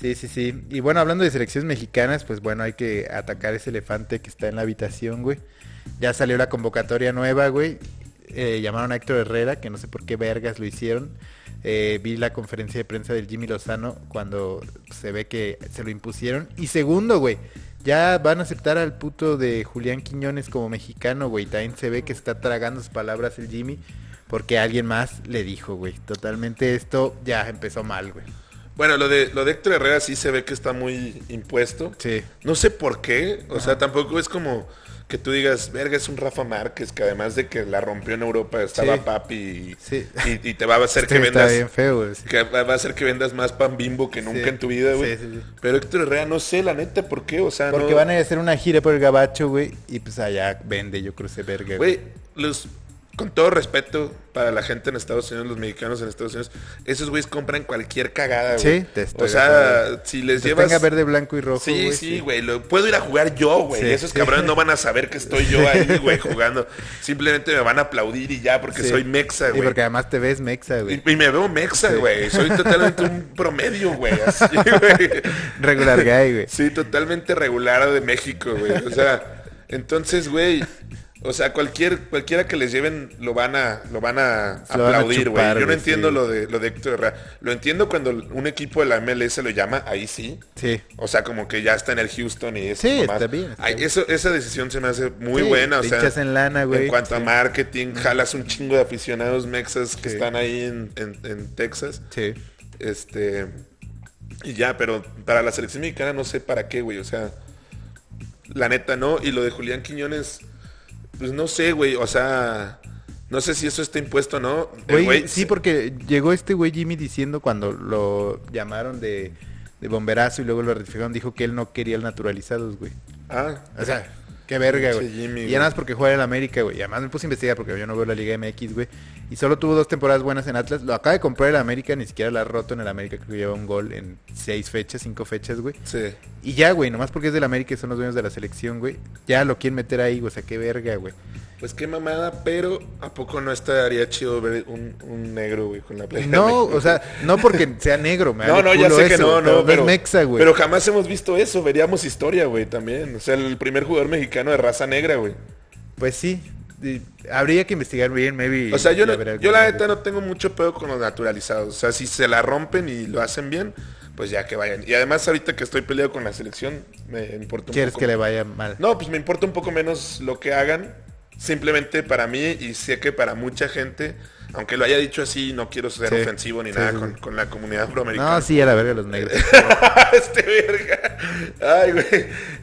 Sí, sí, sí. Y bueno, hablando de selecciones mexicanas, pues bueno, hay que atacar ese elefante que está en la habitación, güey. Ya salió la convocatoria nueva, güey. Eh, llamaron a Héctor Herrera, que no sé por qué vergas lo hicieron. Eh, vi la conferencia de prensa del Jimmy Lozano cuando se ve que se lo impusieron. Y segundo, güey, ya van a aceptar al puto de Julián Quiñones como mexicano, güey. También se ve que está tragando sus palabras el Jimmy porque alguien más le dijo, güey. Totalmente esto ya empezó mal, güey. Bueno, lo de, lo de Héctor Herrera sí se ve que está muy impuesto. Sí. No sé por qué, o sea, tampoco es como que tú digas, verga, es un Rafa Márquez, que además de que la rompió en Europa, estaba Sí. papi y, Sí. y- y te va a hacer Este que está vendas... bien feo, güey. sí. Que va va a ser que vendas más pan bimbo que nunca Sí. en tu vida, Sí, güey. sí, sí. Pero Héctor Herrera, no sé, la neta, ¿por qué? O sea, Porque no... van a ir a hacer una gira por el gabacho, güey. Y pues allá vende, yo creo ese verga, güey. Güey, los... Con todo respeto para la gente en Estados Unidos, los mexicanos en Estados Unidos, esos güeyes compran cualquier cagada, güey. Sí, te estoy O de sea, acuerdo. si les Mientras llevas... Pues, tenga verde, blanco y rojo, Sí, güey. sí, güey. lo- Puedo ir a jugar yo, güey. Sí, Esos sí. cabrones no van a saber que estoy yo ahí, güey, jugando. Simplemente me van a aplaudir y ya, porque Sí. soy mexa, Y güey. porque además te ves mexa, güey. Y, y me veo mexa, güey. Soy totalmente un promedio, güey. Así, güey. Regular guy, güey. Sí, totalmente regular de México, güey. O sea, entonces, güey, o sea, cualquier, cualquiera que les lleven lo van a, lo van a Lo van a aplaudir, güey. chupar, Yo no güey, entiendo sí. lo de lo de Héctor Herrera. Lo entiendo cuando un equipo de la MLS lo llama, ahí sí. Sí. O sea, como que ya está en el Houston y eso. Sí, está bien, está bien. eso, esa decisión se me hace muy Sí, buena. O te sea, hinchas en lana, güey. En cuanto a marketing, jalas un chingo de aficionados mexas que están ahí en, en- en Texas. Sí. Este. Y ya, pero para la selección mexicana no sé para qué, güey. O sea, la neta no. Y lo de Julián Quiñones, pues no sé, güey. O sea, no sé si eso está impuesto o no. El Güey, güey sí, se- porque llegó este güey Jimmy diciendo cuando lo llamaron de, de bomberazo y luego lo ratificaron, dijo que él no quería el naturalizados, güey. Ah, O sea, qué verga, Pinche güey. Jimmy, y güey. además porque juega en el América, güey. Y además me puse a investigar porque yo no veo la Liga MX, güey. Y solo tuvo dos temporadas buenas en Atlas. Lo acaba de comprar el América, ni siquiera la ha roto en el América. Creo que lleva un gol en seis fechas, cinco fechas, güey. sí. Y ya, güey, nomás porque es del América y son los dueños de la selección, güey. Ya lo quieren meter ahí, güey. O sea, qué verga, güey. Pues qué mamada, pero ¿a poco no estaría chido ver un, un negro, güey, con la playa? No, o sea, no porque sea negro, me No, vale no, ya culo sé que eso, no, no, pero, es mexa, güey. pero jamás hemos visto eso, veríamos historia, güey, también. O sea, el primer jugador mexicano de raza negra, güey. Pues sí, y habría que investigar bien, maybe. O sea, yo, ya no- verá yo la alguna neta no tengo mucho pedo con los naturalizados. O sea, si se la rompen y lo hacen bien, pues ya que vayan. Y además ahorita que estoy peleado con la selección, me importa un Quieres poco. que le vaya mal. No, pues me importa un poco menos lo que hagan. Simplemente para mí, y sé que para mucha gente, aunque lo haya dicho así, no quiero ser Sí, ofensivo ni sí, nada sí, con, sí. con la comunidad No, afroamericana. sí, a la verga los negros. este verga. Ay, güey.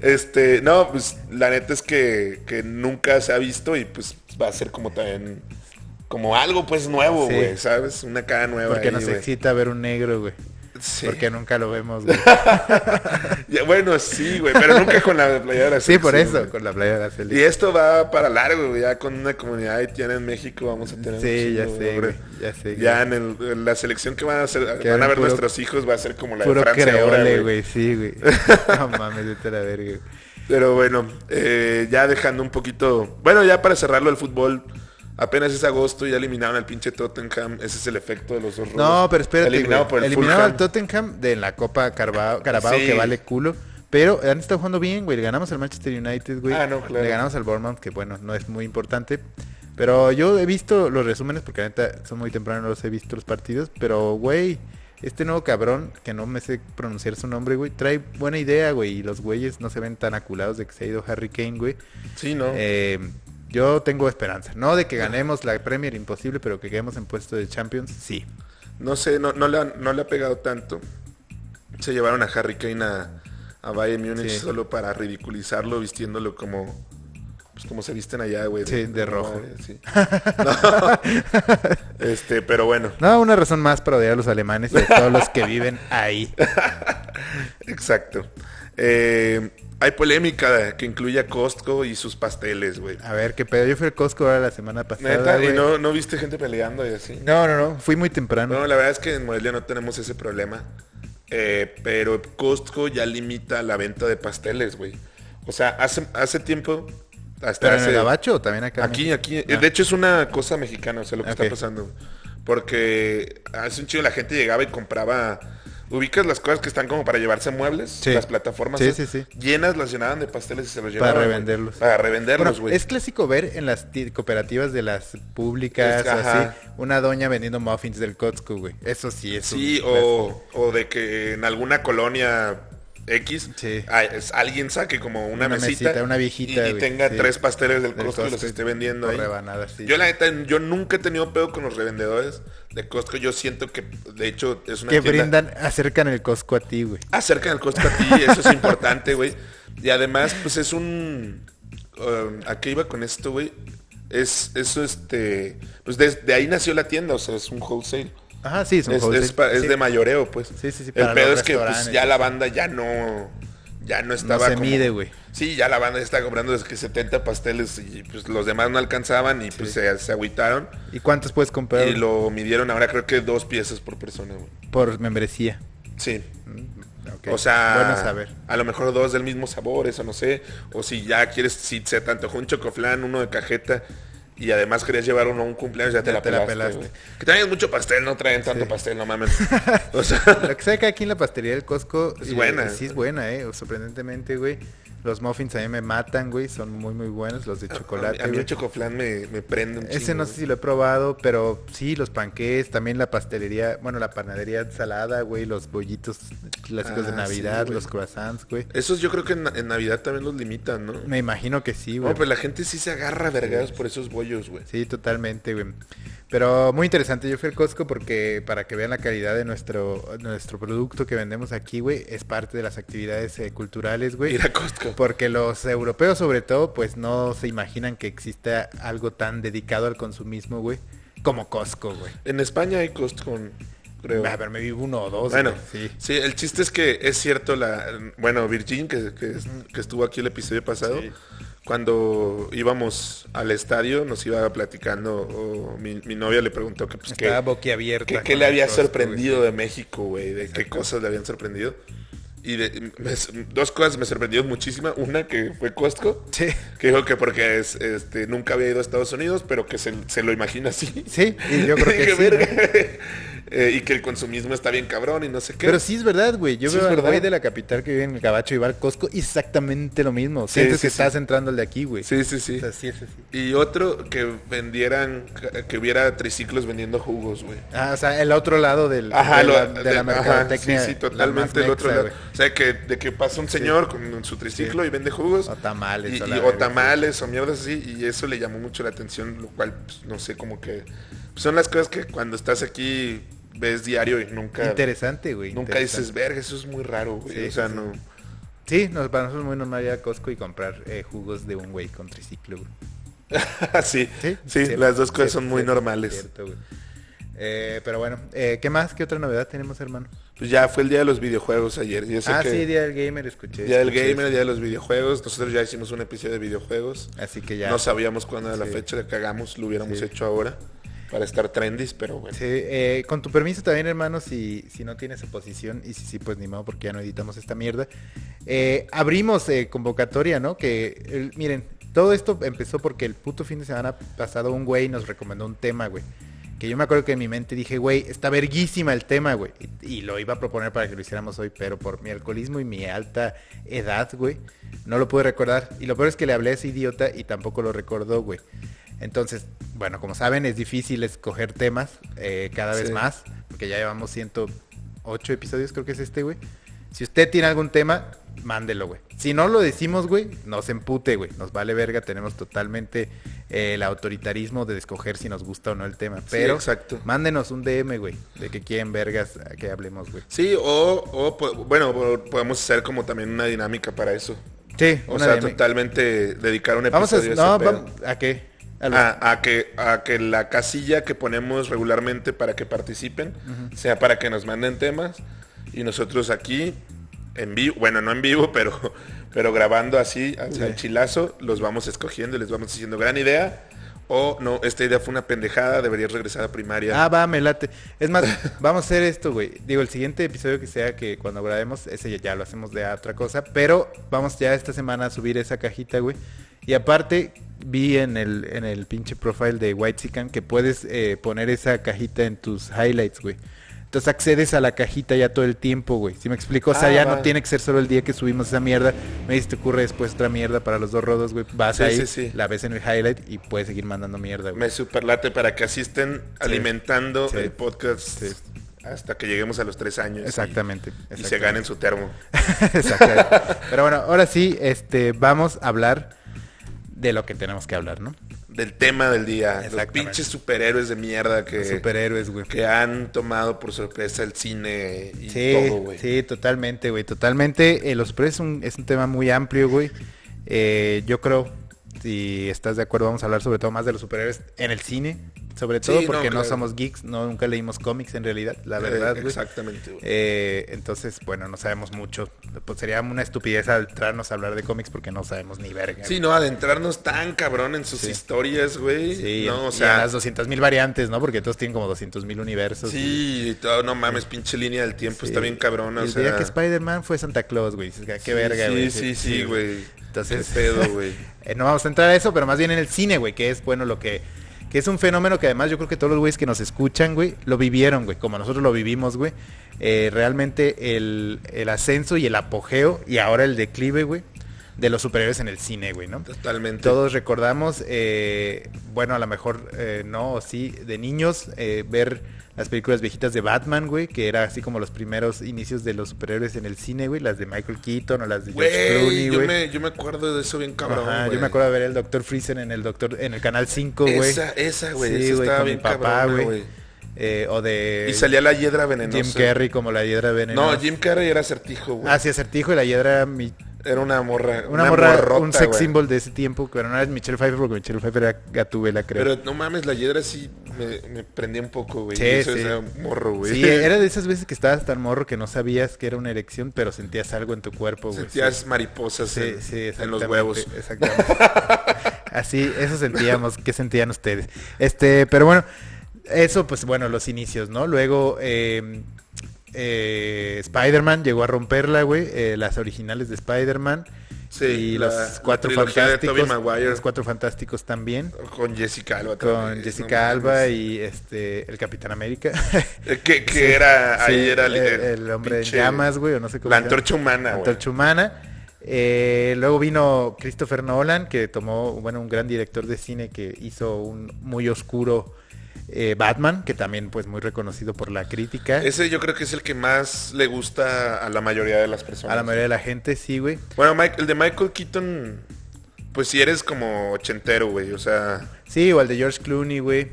Este, no, pues la neta es que, que nunca se ha visto y pues va a ser como también. Como algo pues nuevo, Sí. güey, ¿sabes? Una cara nueva. Porque ahí, nos güey. excita ver un negro, güey. Sí. Porque nunca lo vemos, güey. Ya, bueno, sí, güey, pero nunca con la playera de la Sí, por selección, eso, güey. con la playa de la Y esto va para largo, güey. Ya con una comunidad haitiana en México vamos a tener. Sí, un ya chingo, sé, güey. güey. Ya sé. Ya güey. en, el- en la selección que van a hacer, Que van a eran ver puro- nuestros hijos, va a ser como la Puro de Francia ahora, creole, güey. güey. Sí, güey. No mames, vete a la verga. güey. Pero bueno, eh, ya dejando un poquito. Bueno, ya para cerrarlo el fútbol. Apenas es agosto y ya eliminaron al pinche Tottenham. Ese es el efecto de los dos No, rolos. pero espérate, Eliminado güey. por el Eliminado al Fulham. Tottenham de la Copa Carabao, Carabao Sí. que vale culo. Pero han estado jugando bien, güey. Le ganamos al Manchester United, güey. Ah, no, claro. Le ganamos al Bournemouth, que bueno, no es muy importante. Pero yo he visto los resúmenes, porque la neta son muy temprano, no los he visto los partidos. Pero, güey, este nuevo cabrón, que no me sé pronunciar su nombre, güey, trae buena idea, güey. Y los güeyes no se ven tan aculados de que se ha ido Harry Kane, güey. Sí, ¿no? Eh, yo tengo esperanza. No de que ganemos la Premier, imposible, pero que quedemos en puesto de Champions, sí. No sé, no, no, le ha, no le ha pegado tanto. Se llevaron a Harry Kane a, a Bayern Múnich Sí. solo para ridiculizarlo, vistiéndolo como. Pues como se visten allá, güey. Sí, de rojo. madre, sí. No. Este, pero bueno. No, una razón más para odiar a los alemanes y a todos los que viven ahí. Exacto. Eh, hay polémica que incluye a Costco y sus pasteles, güey. A ver, qué pedo. Yo fui al Costco ahora la semana pasada. Neta, y güey. no, no viste gente peleando y así. no, no, no. Fui muy temprano. No, la verdad es que en Morelia no tenemos ese problema. Eh, pero Costco ya limita la venta de pasteles, güey. O sea, hace, hace tiempo. Hasta ¿Pero en hace- el abacho o también acá? Aquí, aquí. eh, Ah. De hecho, es una cosa mexicana, o sea, lo que Ok. está pasando. Porque hace un chido la gente llegaba y compraba. Ubicas las cosas que están como para llevarse muebles, Sí. las plataformas. Sí, esas, sí, sí. Llenas las llenaban de pasteles y se los Para llevaban. güey. revenderlos. Para Bueno, revenderlos, güey. es clásico ver en las ti- cooperativas de las públicas Es- o así, ajá. una doña vendiendo muffins del Costco, güey. Eso sí es un- Sí, o, o de que en alguna colonia X Sí. hay- es- alguien saque como una, Una mesita, mesita, una viejita, y, y güey, tenga sí. tres pasteles del del Costco y los esté vendiendo por ahí. rebanadas, sí. Yo la neta, yo nunca he tenido pedo con los revendedores de Costco. Yo siento que, de hecho, es una Que tienda- brindan, acercan el Costco a ti, güey. acerca del Costco a ti, eso es importante, güey. Y además, pues es un... um, ¿A qué iba con esto, güey? Es, eso, este... Pues desde ahí nació la tienda, o sea, es un wholesale. Ajá, sí, es un Es, wholesale. es pa- es Sí. de mayoreo, pues. Sí, sí, sí, para El pedo los es que pues, restaurantes. ya la banda ya no... Ya no estaba se como- mide, güey. Sí, ya la banda está comprando desde que 70 pasteles y pues los demás no alcanzaban y pues se, se agüitaron. ¿Y cuántos puedes comprar Y lo midieron ahora creo que dos piezas por persona, güey. por membresía? Sí. Ok. O sea, Bueno saber. a lo mejor dos del mismo sabor, eso no sé. O si ya quieres, si se te antojó un chocoflan, uno de cajeta, y además querías llevar uno a un cumpleaños, ya, te, la te la pelaste. pelaste. güey. Que traen mucho pastel, no traen tanto Sí. pastel, no mames. O sea, Lo que saca aquí en la pastelería del Costco Es eh, buena. Sí, es buena, eh. Sorprendentemente, güey. Los muffins a mí me matan, güey. Son muy, muy buenos. Los de chocolate. A mí güey. el chocoflan me, me prende un Ese chingo, no güey. sé si lo he probado, pero sí, los panqués, también la pastelería, bueno, la panadería salada, güey, los bollitos clásicos de Ah, Navidad, sí, güey. los croissants, güey. Esos yo creo que en, en Navidad también los limitan, ¿no? Me imagino que sí, güey. No, Oh, pero la gente sí se agarra a vergados por esos bollos, güey. Sí, totalmente, güey. Pero muy interesante, yo fui al Costco porque para que vean la calidad de nuestro nuestro producto que vendemos aquí, güey, es parte de las actividades eh, culturales, güey. Ir a Costco. Porque los europeos, sobre todo, pues no se imaginan que exista algo tan dedicado al consumismo, güey, como Costco, güey. En España hay Costco, creo. A ver, me vivo uno o dos. Bueno, güey, sí. sí. el chiste es que es cierto la... Bueno, Virgin, que, que es- que estuvo aquí el episodio pasado, Sí. cuando íbamos al estadio nos iba platicando, o mi, mi novia le preguntó que pues, qué, Estaba boquiabierta. qué- qué con le el había Costco, sorprendido de México, güey, de qué cosas le habían sorprendido. Y de- me- dos cosas me sorprendieron muchísimo. Una que fue Costco, Sí. que dijo que porque es, este, nunca había ido a Estados Unidos, pero que se, se lo imagina así. Sí, y yo creo que Dije, sí, "Verga". ¿no? Eh, y que el consumismo está bien cabrón y no sé qué. Pero sí es verdad, güey. Yo Sí veo es al verdad. güey de la capital que vive en el Gabacho y va al Costco y exactamente lo mismo. Sí, Sientes sí, que sí. estás entrando al de aquí, güey. Sí, sí, sí. O sea, sí es así. Y otro, que vendieran, que hubiera triciclos vendiendo jugos, güey. Ah, o sea, el otro lado del, Ajá, de, lo- la, de la de- ajá, mercadotecnia. sí, sí, la más totalmente el otro mexa, lado. güey. O sea, que, de que pasa un señor con su triciclo y vende jugos. O tamales, Y, o y- la o verga, tamales o mierdas así. Y eso le llamó mucho la atención, lo cual, pues, no sé, como que... pues, Son las cosas que cuando estás aquí ves diario y nunca... Interesante, güey. Nunca interesante. dices, verga, eso es muy raro, güey. Sí, o sea, sí, sí. no... Sí, no, para nosotros es muy normal ir a Costco y comprar eh, jugos de un güey con triciclo, güey. sí, sí, sí, las dos cosas sí, son muy sí, normales. cierto, güey. Eh, pero bueno, eh, ¿qué más? ¿Qué otra novedad tenemos, hermano? Pues ya fue el día de los videojuegos ayer. y eso Ah, que- sí, Día del Gamer, escuché. Día del escuché gamer, día de los videojuegos. Nosotros ya hicimos un episodio de videojuegos. eso. Así que ya. No sabíamos cuándo era la Sí. fecha, la cagamos, lo hubiéramos Sí. hecho ahora para estar trendy, pero bueno. Sí, eh, con tu permiso también, hermano, si, si no tienes oposición, y si sí, pues ni modo, porque ya no editamos esta mierda. Eh, abrimos eh, convocatoria, ¿no? Que, el- miren, todo esto empezó porque el puto fin de semana pasado un güey nos recomendó un tema, güey. Que yo me acuerdo que en mi mente dije, güey, está verguísima el tema, güey. Y, y lo iba a proponer para que lo hiciéramos hoy, pero por mi alcoholismo y mi alta edad, güey, no lo pude recordar. Y lo peor es que le hablé a ese idiota y tampoco lo recordó, güey. Entonces, bueno, como saben, es difícil escoger temas eh, cada vez Sí. más, porque ya llevamos 108 episodios, creo que es este, güey. Si usted tiene algún tema, mándelo, güey. Si no lo decimos, güey, nos empute, güey. Nos vale verga, tenemos totalmente eh, el autoritarismo de escoger si nos gusta o no el tema. Pero exacto. mándenos un DM, güey, de que quieren vergas a que hablemos, güey. Sí, o, o po- bueno, po- podemos hacer como también una dinámica para eso. Sí, O una sea, DM. totalmente dedicar un Vamos a... episodio a, No, ese pedo. Ah, vamos... ¿A qué? A los- A, a que, a que la casilla que ponemos regularmente para que participen sea para que nos manden temas y nosotros aquí en vivo, bueno, no en vivo, pero, pero grabando así, al al chilazo, los vamos escogiendo y les vamos diciendo gran idea o no, esta idea fue una pendejada, deberías regresar a primaria. Ah, va, me late. Es más, vamos a hacer esto, güey. Digo, el siguiente episodio que sea que cuando grabemos, ese ya, ya lo hacemos de otra cosa, pero vamos ya esta semana a subir esa cajita, güey. Y aparte, vi en el, en el pinche profile de White Sican que puedes eh, poner esa cajita en tus highlights, güey. Entonces accedes a la cajita ya todo el tiempo, güey. Si me explico, o sea, Ah, ya va. no tiene que ser solo el día que subimos esa mierda. Me dice, te ocurre después otra mierda para los dos rodos, güey. Vas Sí, ahí, sí, sí. la ves en el highlight y puedes seguir mandando mierda, güey. Me superlate para que asisten alimentando Sí. el podcast Sí. hasta que lleguemos a los tres años. y- Exactamente. Y, se exactamente. ganen su termo. Exactamente. Pero bueno, ahora sí, este, vamos a hablar de lo que tenemos que hablar, ¿no? Del tema del día. Los Exactamente. pinches superhéroes de mierda que... Superhéroes, güey. que han tomado por sorpresa el cine y Sí, todo, güey. sí, totalmente, güey. Totalmente. eh, los superhéroes es un, es un tema muy amplio, güey. Eh, yo creo, si estás de acuerdo, vamos a hablar sobre todo más de los superhéroes en el cine. Sobre Sí, todo no, porque no, claro. somos geeks, no, nunca leímos cómics en realidad, la Eh, verdad, güey. Exactamente, güey. Eh, entonces, bueno, no sabemos mucho. Pues sería una estupidez adentrarnos a hablar de cómics porque no sabemos ni verga. Sí, no, adentrarnos tan cabrón en sus Sí. historias, güey. Sí, no, o y en sea, las 200.000 variantes, ¿no? Porque todos tienen como 200.000 universos. y- sí, y todo, no mames, pinche línea del tiempo está sí. bien cabrón, Y o el sea. día que Spider-Man fue Santa Claus, güey. Dices, "Ah, Qué Sí, verga, sí, güey. Sí, sí, güey. Entonces- Qué pedo, güey. Eh, no vamos a entrar a eso, pero más bien en el cine, güey, que es, bueno, lo que... Que es un fenómeno que además yo creo que todos los güeyes que nos escuchan, güey, lo vivieron, güey, como nosotros lo vivimos, güey. Eh, realmente el, el ascenso y el apogeo y ahora el declive, güey, de los superhéroes en el cine, güey, ¿no? Totalmente. Todos recordamos, eh, bueno, a lo mejor eh, no, o sí, de niños, eh, ver las películas viejitas de Batman, güey, que era así como los primeros inicios de los superhéroes en el cine, güey, las de Michael Keaton o las de George Clooney, Güey, yo güey. me, yo me acuerdo de eso bien cabrón, Ajá, güey. yo me acuerdo de ver el Doctor Freezer en el Doctor en el canal 5, güey. Esa, esa, güey. Sí, esa güey, estaba con mi bien papá, cabrona, güey. Eh, o de Y salía la hiedra venenosa. Jim Carrey como la hiedra venenosa. No, Jim Carrey era acertijo, güey. Ah, sí, acertijo y la hiedra era mi- Era una morra. una, morra, morrota, un sex güey. symbol de ese tiempo, pero no era Michelle Pfeiffer porque Michelle Pfeiffer era Gatúbela, creo. Pero no mames, la hiedra sí me, me prendía un poco, güey. Sí, Eso sí. era morro, güey. Sí, e-, era de esas veces que estabas tan morro que no sabías que era una erección, pero sentías algo en tu cuerpo, güey. Sentías sí. mariposas Sí, en, sí, en los exactamente, huevos. Exactamente. Así, eso sentíamos, ¿qué sentían ustedes? Este, pero bueno, eso pues bueno, los inicios, ¿no? Luego, eh, eh, Spider-Man llegó a romperla, güey. eh, las originales de Spider-Man. Sí, y la- los cuatro la trilogía de fantásticos. Tobey Maguire. Los cuatro fantásticos también. Con Jessica Alba. Con también, Jessica no mames. Alba y este el Capitán América. Eh, Que, que era, ahí Sí, era el, el hombre en pinche- llamas, güey, o no sé cómo. La se llama. antorcha humana, La güey. antorcha humana. Eh, luego vino Christopher Nolan, que tomó, bueno, un gran director de cine que hizo un muy oscuro eh, Batman, que también pues muy reconocido por la crítica. Ese yo creo que es el que más le gusta a la mayoría de las personas. a la mayoría de la gente, sí, güey. Bueno, Mike- el de Michael Keaton, pues si eres como ochentero, güey. O sea, Sí, o el de George Clooney, güey.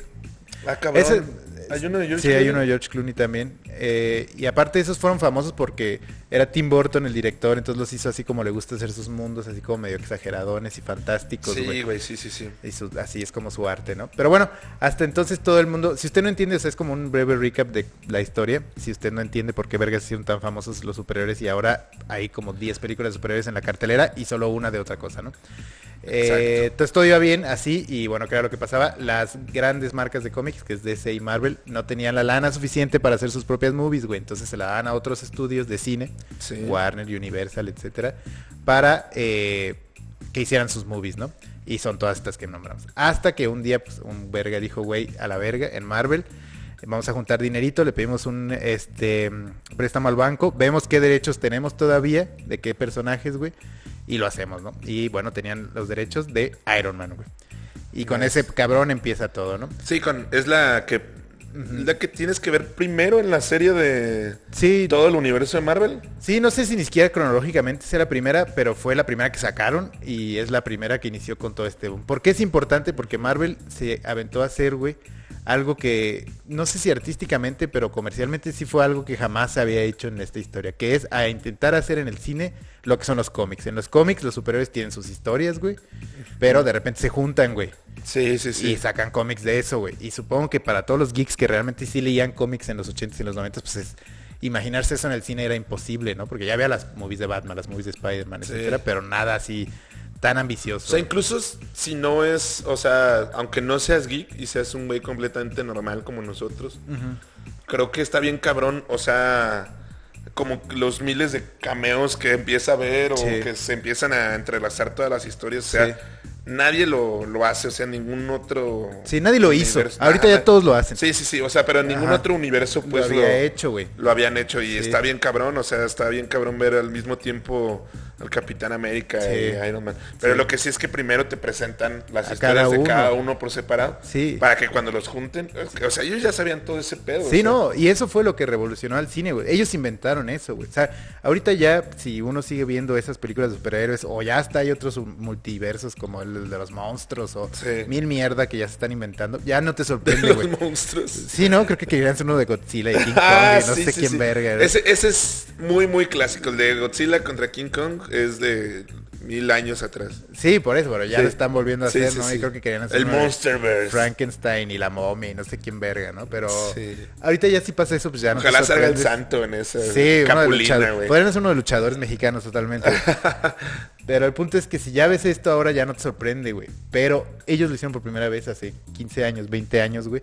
ah, cabrón. Ese- hay uno de George Sí, hay Clooney? uno de George Clooney también. Eh, y aparte esos fueron famosos porque era Tim Burton el director, entonces los hizo así como le gusta hacer sus mundos, así como medio exageradones y fantásticos, Sí, güey. güey, sí, sí, sí. Y su- así es como su arte, ¿no? Pero bueno, hasta entonces todo el mundo, si usted no entiende, o sea, es como un breve recap de la historia, si usted no entiende por qué vergas hicieron tan famosos los superhéroes y ahora hay como 10 películas de superhéroes en la cartelera y solo una de otra cosa, ¿no? Eh, entonces todo iba bien así y bueno, claro lo que pasaba, las grandes marcas de cómics, que es DC y Marvel, no tenían la lana suficiente para hacer sus propias movies, güey, entonces se la daban a otros estudios de cine, Sí. Warner, Universal, etcétera, para eh, que hicieran sus movies, ¿no? Y son todas estas que nombramos. Hasta que un día, pues, un verga dijo, güey, a la verga, en Marvel, eh, vamos a juntar dinerito, le pedimos un este mm, préstamo al banco, vemos qué derechos tenemos todavía, de qué personajes, güey, y lo hacemos, ¿no? Y bueno, tenían los derechos de Iron Man, güey. Y con Nice. ese cabrón empieza todo, ¿no? Sí, con, es la que la que tienes que ver primero en la serie de Sí, todo el universo de Marvel. Sí, no sé si ni siquiera cronológicamente sea la primera, pero fue la primera que sacaron y es la primera que inició con todo este boom. ¿Por qué es importante? Porque Marvel se aventó a hacer, güey, algo que, no sé si artísticamente, pero comercialmente sí fue algo que jamás se había hecho en esta historia, que es a intentar hacer en el cine lo que son los cómics. En los cómics los superhéroes tienen sus historias, güey, pero de repente se juntan, güey. Sí, sí, sí. Y sacan cómics de eso, güey. Y supongo que para todos los geeks que realmente sí leían cómics en los 80s y los 90s, pues es- imaginarse eso en el cine era imposible, ¿no? Porque ya había las movies de Batman, las movies de Spider-Man, Sí. etcétera, pero nada así tan ambicioso. O sea, incluso s- si no es, o sea, aunque no seas geek y seas un güey completamente normal como nosotros, creo que está bien cabrón, o sea, como los miles de cameos que empieza a ver o Sí. que se empiezan a entrelazar todas las historias, o sea, Sí. nadie lo, lo hace, o sea, ningún otro... Sí, nadie lo hizo. universo- Ahorita ya todos lo hacen. Sí, sí, sí, o sea, pero en ningún Ajá. otro universo Lo pues había hecho, güey. Lo habían hecho y está bien cabrón, o sea, está bien cabrón ver al mismo tiempo al Capitán América Sí. y Iron Man. Pero Sí. lo que sí es que primero te presentan las A historias cada de uno. cada uno por separado. Sí. Para que cuando los junten, o sea, ellos ya sabían todo ese pedo. o Sí, sea. no, y eso fue lo que revolucionó al cine, güey. Ellos inventaron eso, güey. O sea, ahorita ya, si uno sigue viendo esas películas de superhéroes, o ya hasta hay otros multiversos como el de los monstruos, o Sí. mil mierda que ya se están inventando, ya no te De sorprende, los güey. monstruos. Sí, ¿no? Creo que querían hacer uno de Godzilla y King Kong, Ah, y no sí, sé sí, quién sí. verga. ¿no? Ese, ese es muy, muy clásico. El de Godzilla contra King Kong es de mil años atrás. Sí, por eso, pero ya Sí. lo están volviendo a Sí, hacer, sí, ¿no? sí. Y creo que querían hacer El uno de Monsterverse. Frankenstein y la momia y no sé quién verga, ¿no? Pero Sí. ahorita ya si pasa eso, pues ya no te Ojalá salga el sorprendes. santo en esa Sí, uno de capulina, luchador- güey. Podrían ser uno de los luchadores mexicanos totalmente. Pero el punto es que si ya ves esto ahora ya no te sorprende, güey. Pero ellos lo hicieron por primera vez hace 15 años, 20 años, güey.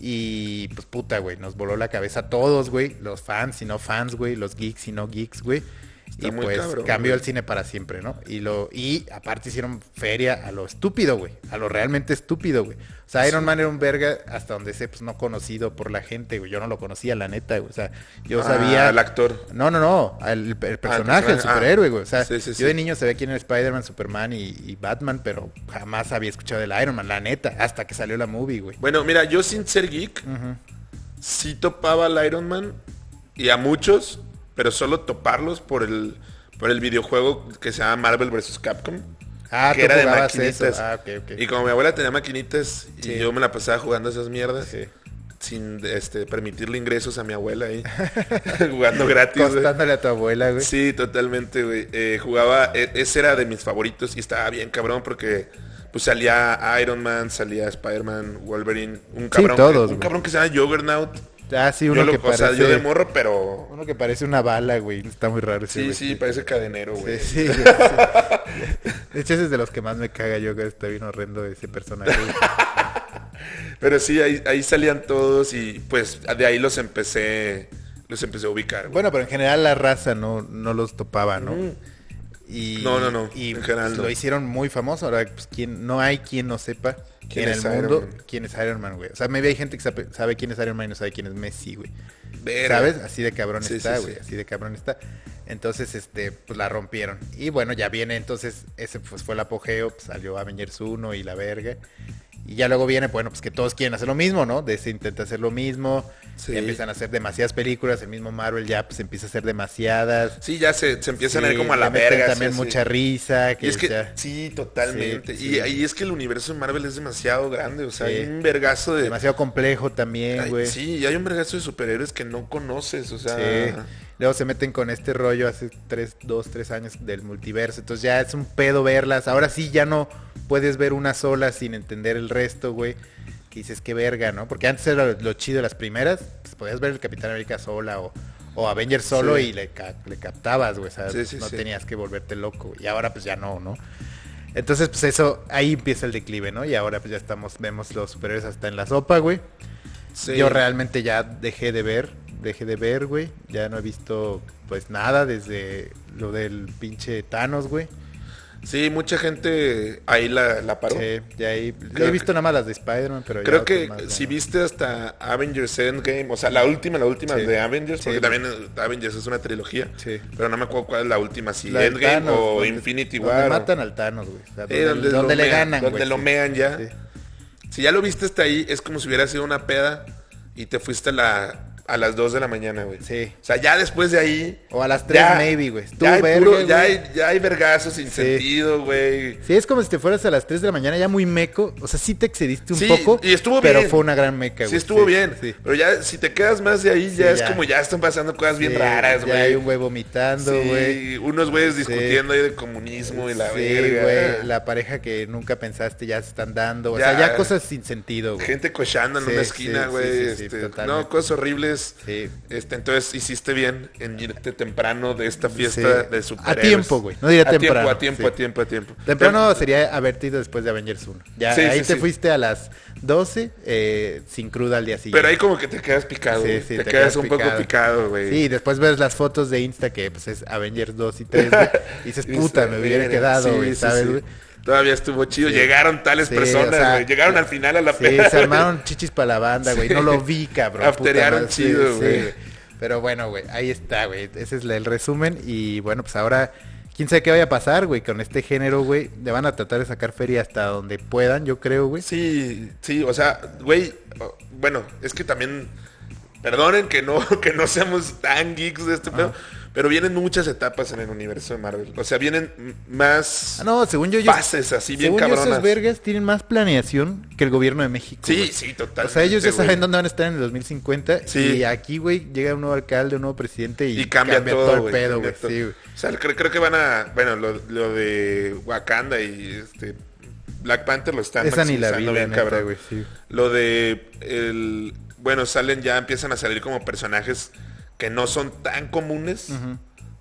Y pues puta, güey, nos voló la cabeza a todos, güey. Los fans y no fans, güey. Los geeks y no geeks, güey. Está Y muy pues cabrón, cambió güey. el cine para siempre, ¿no? Y lo y aparte hicieron feria a lo estúpido, güey. A lo realmente estúpido, güey. O sea, Iron Man era un verga hasta donde sé, pues no conocido por la gente, güey. Yo no lo conocía, la neta, güey. O sea, yo Ah, sabía... el actor. No, no, no. El, el personaje, el personaje, ah. superhéroe, güey. O sea, Sí, sí, yo sí. de niño sabía quién era Spider-Man, Superman y, y Batman, pero jamás había escuchado del Iron Man, la neta, hasta que salió la movie, güey. Bueno, mira, yo sin ser geek, sí topaba al Iron Man y a muchos, pero solo toparlos por el, por el videojuego que se llama Marvel vs. Capcom. Ah, que tú era de jugabas maquinitas. eso. Ah, ok, ok. Y como mi abuela tenía maquinitas y yo me la pasaba jugando esas mierdas. Sí. Sin este, permitirle ingresos a mi abuela ahí. jugando gratis. güey. Costándole a tu abuela, güey. Sí, totalmente, güey. Eh, jugaba, e- ese era de mis favoritos y estaba bien cabrón porque pues salía Iron Man, salía Spider-Man, Wolverine, un cabrón, que- todos, un güey. cabrón que se llama Juggernaut. Ah, sí, Yo uno lo, que o sea, parece... yo de morro, pero Uno que parece una bala, güey. Está muy raro ese, sí, güey. sí, parece cadenero, güey. Sí, sí, güey, sí. De hecho, ese es de los que más me caga yo, que está bien horrendo ese personaje. güey. Pero sí, ahí, ahí salían todos y pues de ahí los empecé les empecé a ubicar. güey. Bueno, mm, pero en general la raza no, no los topaba, ¿no? Ujú. Y, No, no, no, Y en general pues, no. lo hicieron muy famoso. Ahora, pues, ¿quién, no hay quien no sepa ¿Quién en el es Iron mundo Man? quién es Iron Man, güey. O sea, maybe hay gente que sabe, sabe quién es Iron Man y no sabe quién es Messi, güey. Verga. ¿Sabes? Así de cabrón Sí, está, sí, güey. sí. Así de cabrón está. Entonces, este, pues la rompieron. Y bueno, ya viene entonces, ese pues fue el apogeo, pues, salió Avengers 1 y la verga. Y ya luego viene, bueno, pues que todos quieren hacer lo mismo, ¿no? De se intenta hacer lo mismo. Sí. Ya empiezan a hacer demasiadas películas. El mismo Marvel ya pues empieza a hacer demasiadas. Sí, ya se, se empiezan a ir Sí, como a le la meten verga. así, También así. mucha risa. Que Y es que ya- sí, totalmente. Sí, y, sí. y es que el universo de Marvel es demasiado grande, o sea, Sí. hay un vergazo de... demasiado complejo Ay, también, güey. sí, y hay un vergazo de superhéroes que no conoces, o sea... Sí. Luego se meten con este rollo hace tres, dos, tres años del multiverso. Entonces ya es un pedo verlas. Ahora sí ya no puedes ver una sola sin entender el resto, güey. Que dices, qué verga, ¿no? Porque antes era lo, lo chido de las primeras. Pues podías ver el Capitán América sola o, o Avengers solo Sí. y le, ca- le captabas, güey. O sea, Sí, sí, no sí. tenías que volverte loco. güey. Y ahora pues ya no, ¿no? Entonces, pues eso, ahí empieza el declive, ¿no? Y ahora pues ya estamos, vemos los superhéroes hasta en la sopa, güey. sí. Yo realmente ya dejé de ver, dejé de ver, güey. Ya no he visto pues nada desde lo del pinche Thanos, güey. Sí, mucha gente ahí la, la paró. Sí, ya ahí Creo he que- visto nada más las de Spider-Man, pero ya Creo otras que más, si no. viste hasta Avengers Endgame, o sea, la última, la última Sí. de Avengers, porque Sí. también eh, Avengers es una trilogía, Sí. pero no me acuerdo cuál es la última, si La de Endgame Thanos, o donde- Infinity donde War. o- matan al Thanos, güey. O sea, Sí, donde, lo donde le mean, ganan, Donde güey. lo Sí. mean ya. Sí. Si ya lo viste hasta ahí, es como si hubiera sido una peda y te fuiste a, la, a las 2 de la mañana, güey. Sí. O sea, ya después de ahí... O a las tres, ya- maybe, güey. Estuvo Ya, hay verga, puro- ya, güey. hay, ya hay vergazos sin sentido, güey. Sí, es como si te fueras a las 3 de la mañana ya muy meco. O sea, sí te excediste un Sí, poco. y estuvo pero bien. fue una gran meca, güey. Sí estuvo bien, sí. pero ya si te quedas más de ahí, ya es ya. como ya están pasando cosas bien Sí, raras, Ya hay güey. un güey vomitando, Sí, güey. unos güeyes discutiendo ahí de comunismo y la sí, verga. güey, la pareja que nunca pensaste ya se están dando. O sea, Ya. ya cosas sin sentido, güey. Gente cochando en Sí, una esquina, sí, güey. sí, sí, sí, este, totalmente. no, cosas horribles. Sí. Este, entonces hiciste bien en irte temprano de esta fiesta Sí. de A superhéroes. tiempo, güey, no diría A tiempo, temprano, A tiempo, sí. a tiempo, a tiempo. Temprano sería haberte ido después de Avengers 1. Ya, Sí, ahí sí, te sí. fuiste a las 12 eh, sin cruda al día siguiente. Pero ahí como que te quedas picado, Sí, güey. sí, te, quedas, un poco picado. picado, güey. Sí, y después ves las fotos de Insta que pues, es Avengers 2 y 3, güey. Y dices, Dices, puta, me hubiera "Verga". quedado, Sí, güey, sí, ¿sabes, sí. güey? Todavía estuvo chido. Llegaron tales Sí, personas, o sea, güey. Llegaron al final a la Sí, peda, se güey. armaron chichis para la banda, güey. Sí. No lo vi, cabrón. puta Afterearon madre. Sí, chido, sí, güey. Pero bueno, güey, ahí está, güey. Ese es la- el resumen. Y bueno, pues ahora, quién sabe qué vaya a pasar, güey, con este género, güey. Le van a tratar de sacar feria hasta donde puedan, yo creo, güey. Sí, sí, o sea, güey, o- bueno, es que también, perdonen que no, que no seamos tan geeks de este pedo, pero vienen muchas etapas en el universo de Marvel. O sea, vienen m- más... Ah, no, según yo, ellos- Bases así bien según yo, cabronas. esos vergas tienen más planeación que el gobierno de México. sí, güey. sí, total. O sea, ellos ya saben dónde van a estar en el 2050. Sí. Y aquí, güey, llega un nuevo alcalde, un nuevo presidente y, Y cambia, todo, el güey, pedo, cambia güey. todo. Sí, güey. O sea, creo, creo que van a... Bueno, lo, lo de Wakanda y este Black Panther lo están Esa ni la maximizando vida, bien, cabrón. güey. Sí, güey. Lo de el bueno, salen ya empiezan a salir como personajes que no son tan comunes,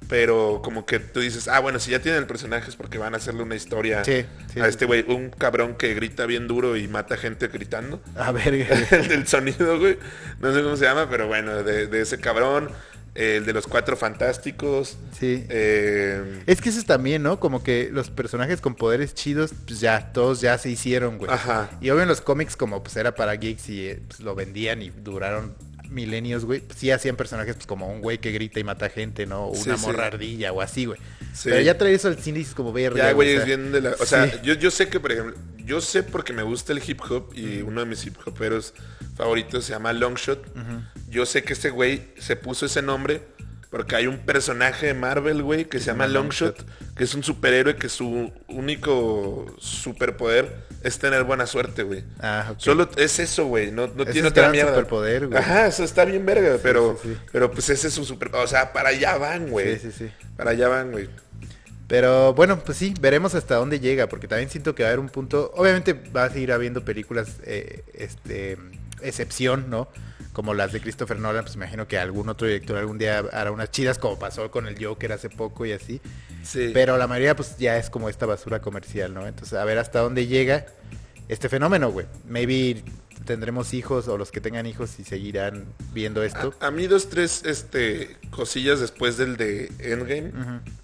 pero como que tú dices, "Ah, bueno, si ya tienen el personaje es porque van a hacerle una historia Sí, sí, a sí, este güey, un cabrón que grita bien duro y mata gente gritando." A ver, güey. el del sonido, güey. No sé cómo se llama, pero bueno, de, de ese cabrón, el de los cuatro fantásticos. Sí. eh, Es que eso es también, ¿no? Como que los personajes con poderes chidos, pues ya, todos ya se hicieron, güey. Ajá. Y obvio en los cómics, como pues era para geeks y eh, pues, lo vendían y duraron milenios, güey. pues, sí hacían personajes pues como un güey que grita y mata gente, ¿no? O Sí, una sí. morra ardilla o así, güey. Sí. Pero ya traer eso al cine y dices como verga. Ya, güey, o es sea, bien de la... O sea, sí. yo, yo sé que, por ejemplo, yo sé porque me gusta el hip hop y uno de mis hip hoperos favoritos se llama Longshot. Yo sé que este güey se puso ese nombre porque hay un personaje de Marvel, güey, que se llama Longshot, que es un superhéroe que su único superpoder es tener buena suerte, güey. Ah, ok. Solo es eso, güey, no, no Ese tiene es otra gran mierda. superpoder, güey. Ajá, eso está bien verga, pero, sí, sí. pero pues ese es su super... O sea, para allá van, güey. Sí, sí, sí. Para allá van, güey. Pero bueno, pues sí, veremos hasta dónde llega, porque también siento que va a haber un punto. Obviamente va a seguir habiendo películas, eh, este, excepción, ¿no? Como las de Christopher Nolan, pues imagino que algún otro director algún día hará unas chidas, como pasó con el Joker hace poco y así. Sí. Pero la mayoría, pues ya es como esta basura comercial, ¿no? Entonces, a ver hasta dónde llega este fenómeno, güey. Maybe tendremos hijos o los que tengan hijos y seguirán viendo esto. A, a mí dos, tres este, cosillas después del de Endgame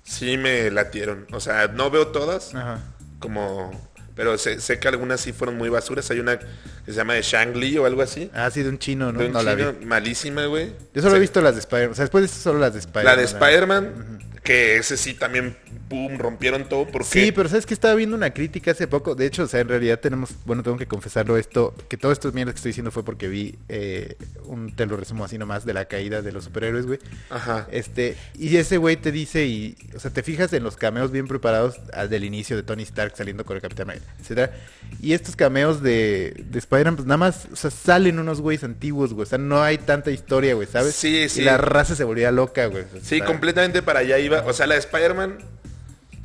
sí me latieron. O sea, no veo todas, Ajá. como... Pero sé, sé que algunas sí fueron muy basuras. Hay una que se llama de Shang-Li o algo así. Ha sido un chino, Ah, ¿no? de un No la vi. chino malísima, güey. Yo solo Sí. he visto las de Spider-Man. O sea, después de eso solo las de Spider-Man. La de Spider-Man, que ese sí también, pum, rompieron todo porque... Sí, pero sabes que estaba viendo una crítica hace poco. De hecho, o sea, en realidad tenemos, bueno, tengo que confesarlo esto, que todo esto mierda que estoy diciendo fue porque vi eh, un, te lo resumo así nomás, de la caída de los superhéroes, güey. Ajá. Este, y ese güey te dice, y, o sea, te fijas en los cameos bien preparados al del inicio de Tony Stark saliendo con el Capitán América, etcétera. Y estos cameos de, de Spider-Man, pues nada más, o sea, salen unos güeyes antiguos, güey. O sea, no hay tanta historia, güey, ¿sabes? Sí, sí. Y la raza se volvía loca, güey. O sea, Sí, está- completamente para allá iba. O sea, la de Spider-Man,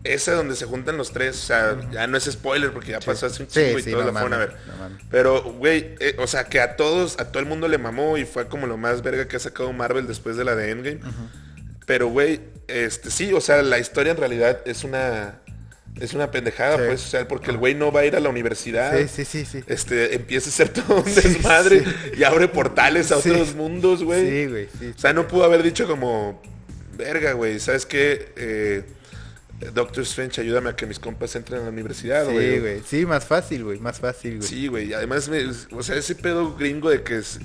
esa donde se juntan los tres. O sea, ya no es spoiler porque ya pasó hace un Sí, chingo sí, y todos no la fueron a mames, ver. no mames. Pero, güey, eh, o sea, que a todos, a todo el mundo le mamó y fue como lo más verga que ha sacado Marvel después de la de Endgame. Pero, güey, este, sí, o sea, la historia en realidad es una... Es una pendejada, Sí. pues, o sea, porque el güey no va a ir a la universidad. Sí, sí, sí, sí. Este, empieza a ser todo un desmadre sí. y abre portales a Sí. otros mundos, güey. Sí, güey, sí. O sea, no pudo haber dicho como, verga, güey, ¿sabes qué? Eh, Doctor Strange, ayúdame a que mis compas entren a la universidad, Sí, güey. güey. Sí, más fácil, güey. Más fácil, güey. Sí, güey. Además, me- o sea, ese pedo gringo de que es-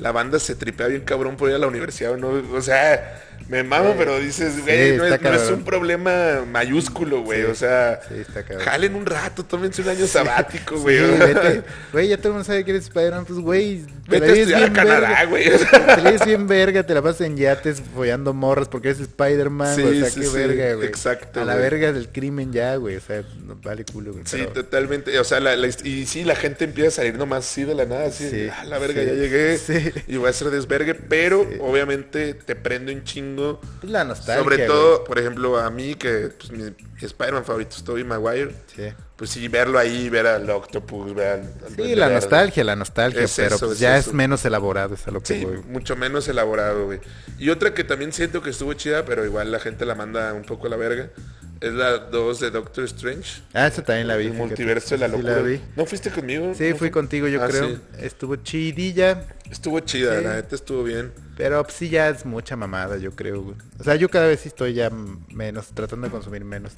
la banda se tripea bien cabrón por ir a la universidad, ¿no? O sea, me mamo, Sí. pero dices, Sí, güey, no, está es, no es cabrón. un problema mayúsculo, güey. Sí. O sea, Sí, está cabrón. jalen un rato, tómense un año sabático, güey. Sí, vete. Güey, ya todo el mundo sabe que eres Spider-Man, pues güey, te la Vete a vives estudiar a bien Canadá, verga. güey. Te la vives bien verga, te la pasas en yates follando morras porque eres Spider-Man, güey, Sí, o sea, sí, qué sí, verga, güey. exacto, A la güey. verga del crimen ya, güey, o sea, no vale culo, güey. Sí, pero- totalmente. O sea, la- la hist- y sí, la gente empieza a salir nomás así de la nada, así, Sí, "Ah, la verga, sí, ya llegué sí. y voy a hacer desvergue, pero obviamente te prende un chingo. pues, la nostalgia, Sobre güey. todo, por ejemplo, a mí, que pues, mi, mi Spider-Man favorito es Tobey Maguire, Sí. pues sí, verlo ahí, ver al Octopus, ver al... al Sí, Duende la Verde. nostalgia, la nostalgia, Pues, Es pero eso, pues, es ya eso. es menos elaborado, es a lo que Sí, voy. güey. mucho menos elaborado, güey. Y otra que también siento que estuvo chida, pero igual la gente la manda un poco a la verga, es la 2 de Doctor Strange. Ah, esa también la vi. el fíjate. multiverso de la Sí, locura. vi. ¿No fuiste conmigo? Sí, ¿No fui fu- contigo, yo Ah, creo. sí. Estuvo chidilla, Estuvo chida, Sí. la neta estuvo bien. Pero pues, sí ya es mucha mamada, yo creo, güey. O sea, yo cada vez sí estoy ya mm, menos, tratando de consumir menos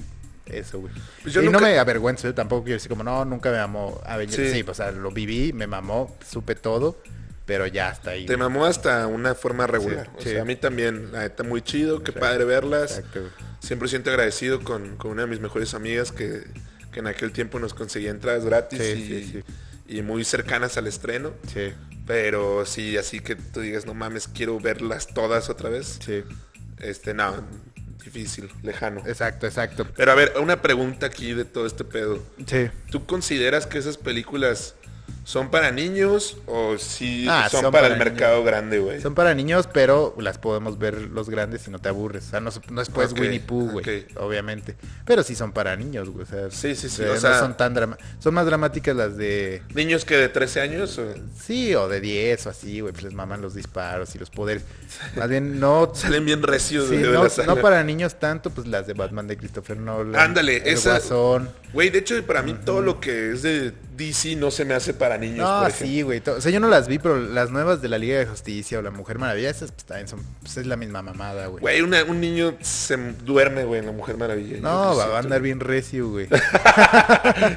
eso, güey. Pues yo y nunca- no me avergüenzo, yo tampoco quiero decir como, no, nunca me mamó Avengers. Sí. Sí. o sea, lo viví, me mamó, supe todo, pero ya hasta ahí. Te güey. mamó hasta una forma regular. sí. O sea, a mí también, la neta, muy chido, qué padre verlas. Exacto, güey. 100% agradecido con, con una de mis mejores amigas que, que en aquel tiempo nos conseguía entradas gratis Sí, y, sí, sí. y muy cercanas al estreno. Sí, Pero sí, así que tú digas, no mames, quiero verlas todas otra vez. sí. Este, no, difícil, lejano. Exacto, exacto. Pero a ver, una pregunta aquí de todo este pedo. Sí. ¿Tú consideras que esas películas son para niños o sí Ah, son, son para, para el niños. mercado grande, güey? Son para niños, pero las podemos ver los grandes si no te aburres. O sea, no, es- no es pues Ok, Winnie Pooh, güey, ok. obviamente. Pero sí son para niños, güey. O sea, Sí, sí, sí, eh, o no sea- son tan drama Son más dramáticas las de... ¿Niños que de 13 años? o? Sí, o de 10 o así, güey, pues les maman los disparos y los poderes. Más bien, no, sí, Salen bien recios güey, de no, la sala. no para niños tanto, pues las de Batman de Christopher Nolan. Ándale, el esa- Guasón. Güey, de hecho, para mí todo lo que es de DC no se me hace para niños, No, por ejemplo. sí, güey. to- O sea, yo no las vi, pero las nuevas de la Liga de Justicia o la Mujer Maravilla, esas pues también son, pues es la misma mamada, güey. Güey, una- un niño se m- duerme, güey, en La Mujer Maravilla. No, Yo va, lo va a siento. andar bien recio, güey.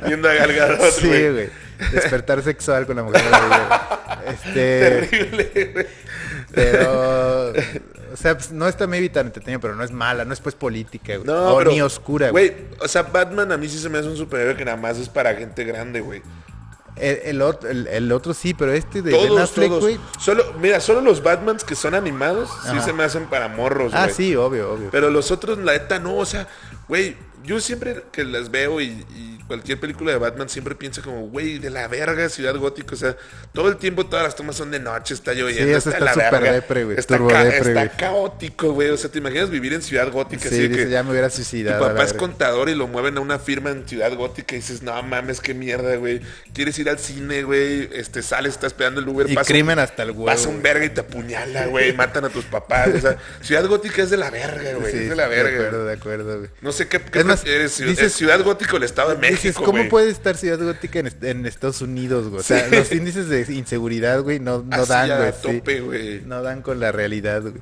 Viendo a Gal Gadot, sí, güey. güey. Despertar sexual con la Mujer Maravilla. güey. Este... Terrible, güey. Pero... O sea, pues, no está maybe tan entretenido, pero no es mala, no es pues política, güey. No, o pero, ni oscura, güey. O sea, Batman a mí sí se me hace un superhéroe que nada más es para gente grande, güey. El, el ot- el- el otro sí, pero este de Ben Todos, Affleck, todos. güey. Solo, mira, solo los Batmans que son animados sí Ajá. se me hacen para morros, Ah, güey. sí, obvio, obvio. Pero los otros, la neta, no, o sea, güey, yo siempre que las veo y, y cualquier película de Batman siempre pienso como, güey, de la verga Ciudad Gótica, o sea, todo el tiempo todas las tomas son de noche, está lloviendo, Sí, eso está, está la súper verga. depre, güey, está, turbo ca- depre, está güey. caótico, güey, o sea, ¿te imaginas vivir en Ciudad Gótica? sí, así de dice, que ya me hubiera tu suicidado. a la papá es verga. contador y lo mueven a una firma en Ciudad Gótica y dices, no mames, qué mierda, güey. Quieres ir al cine, güey, este, sales, estás esperando el Uber, Y pasa un- crimen hasta el huevo. Pasa un güey. verga y te apuñala, güey. Matan a tus papás. O sea, Ciudad Gótica es de la verga, güey. Sí, es de la De verga. acuerdo, de acuerdo, güey. No sé qué, qué Es temas. eres ciu- dices- es Ciudad Gótico, el Estado de México. Dices, ¿cómo güey. puede estar Ciudad Gótica en, est- en Estados Unidos, güey? O sea, Sí. los índices de inseguridad, güey, no, no Así dan, a güey. sí. tope, güey. No dan con la realidad, güey.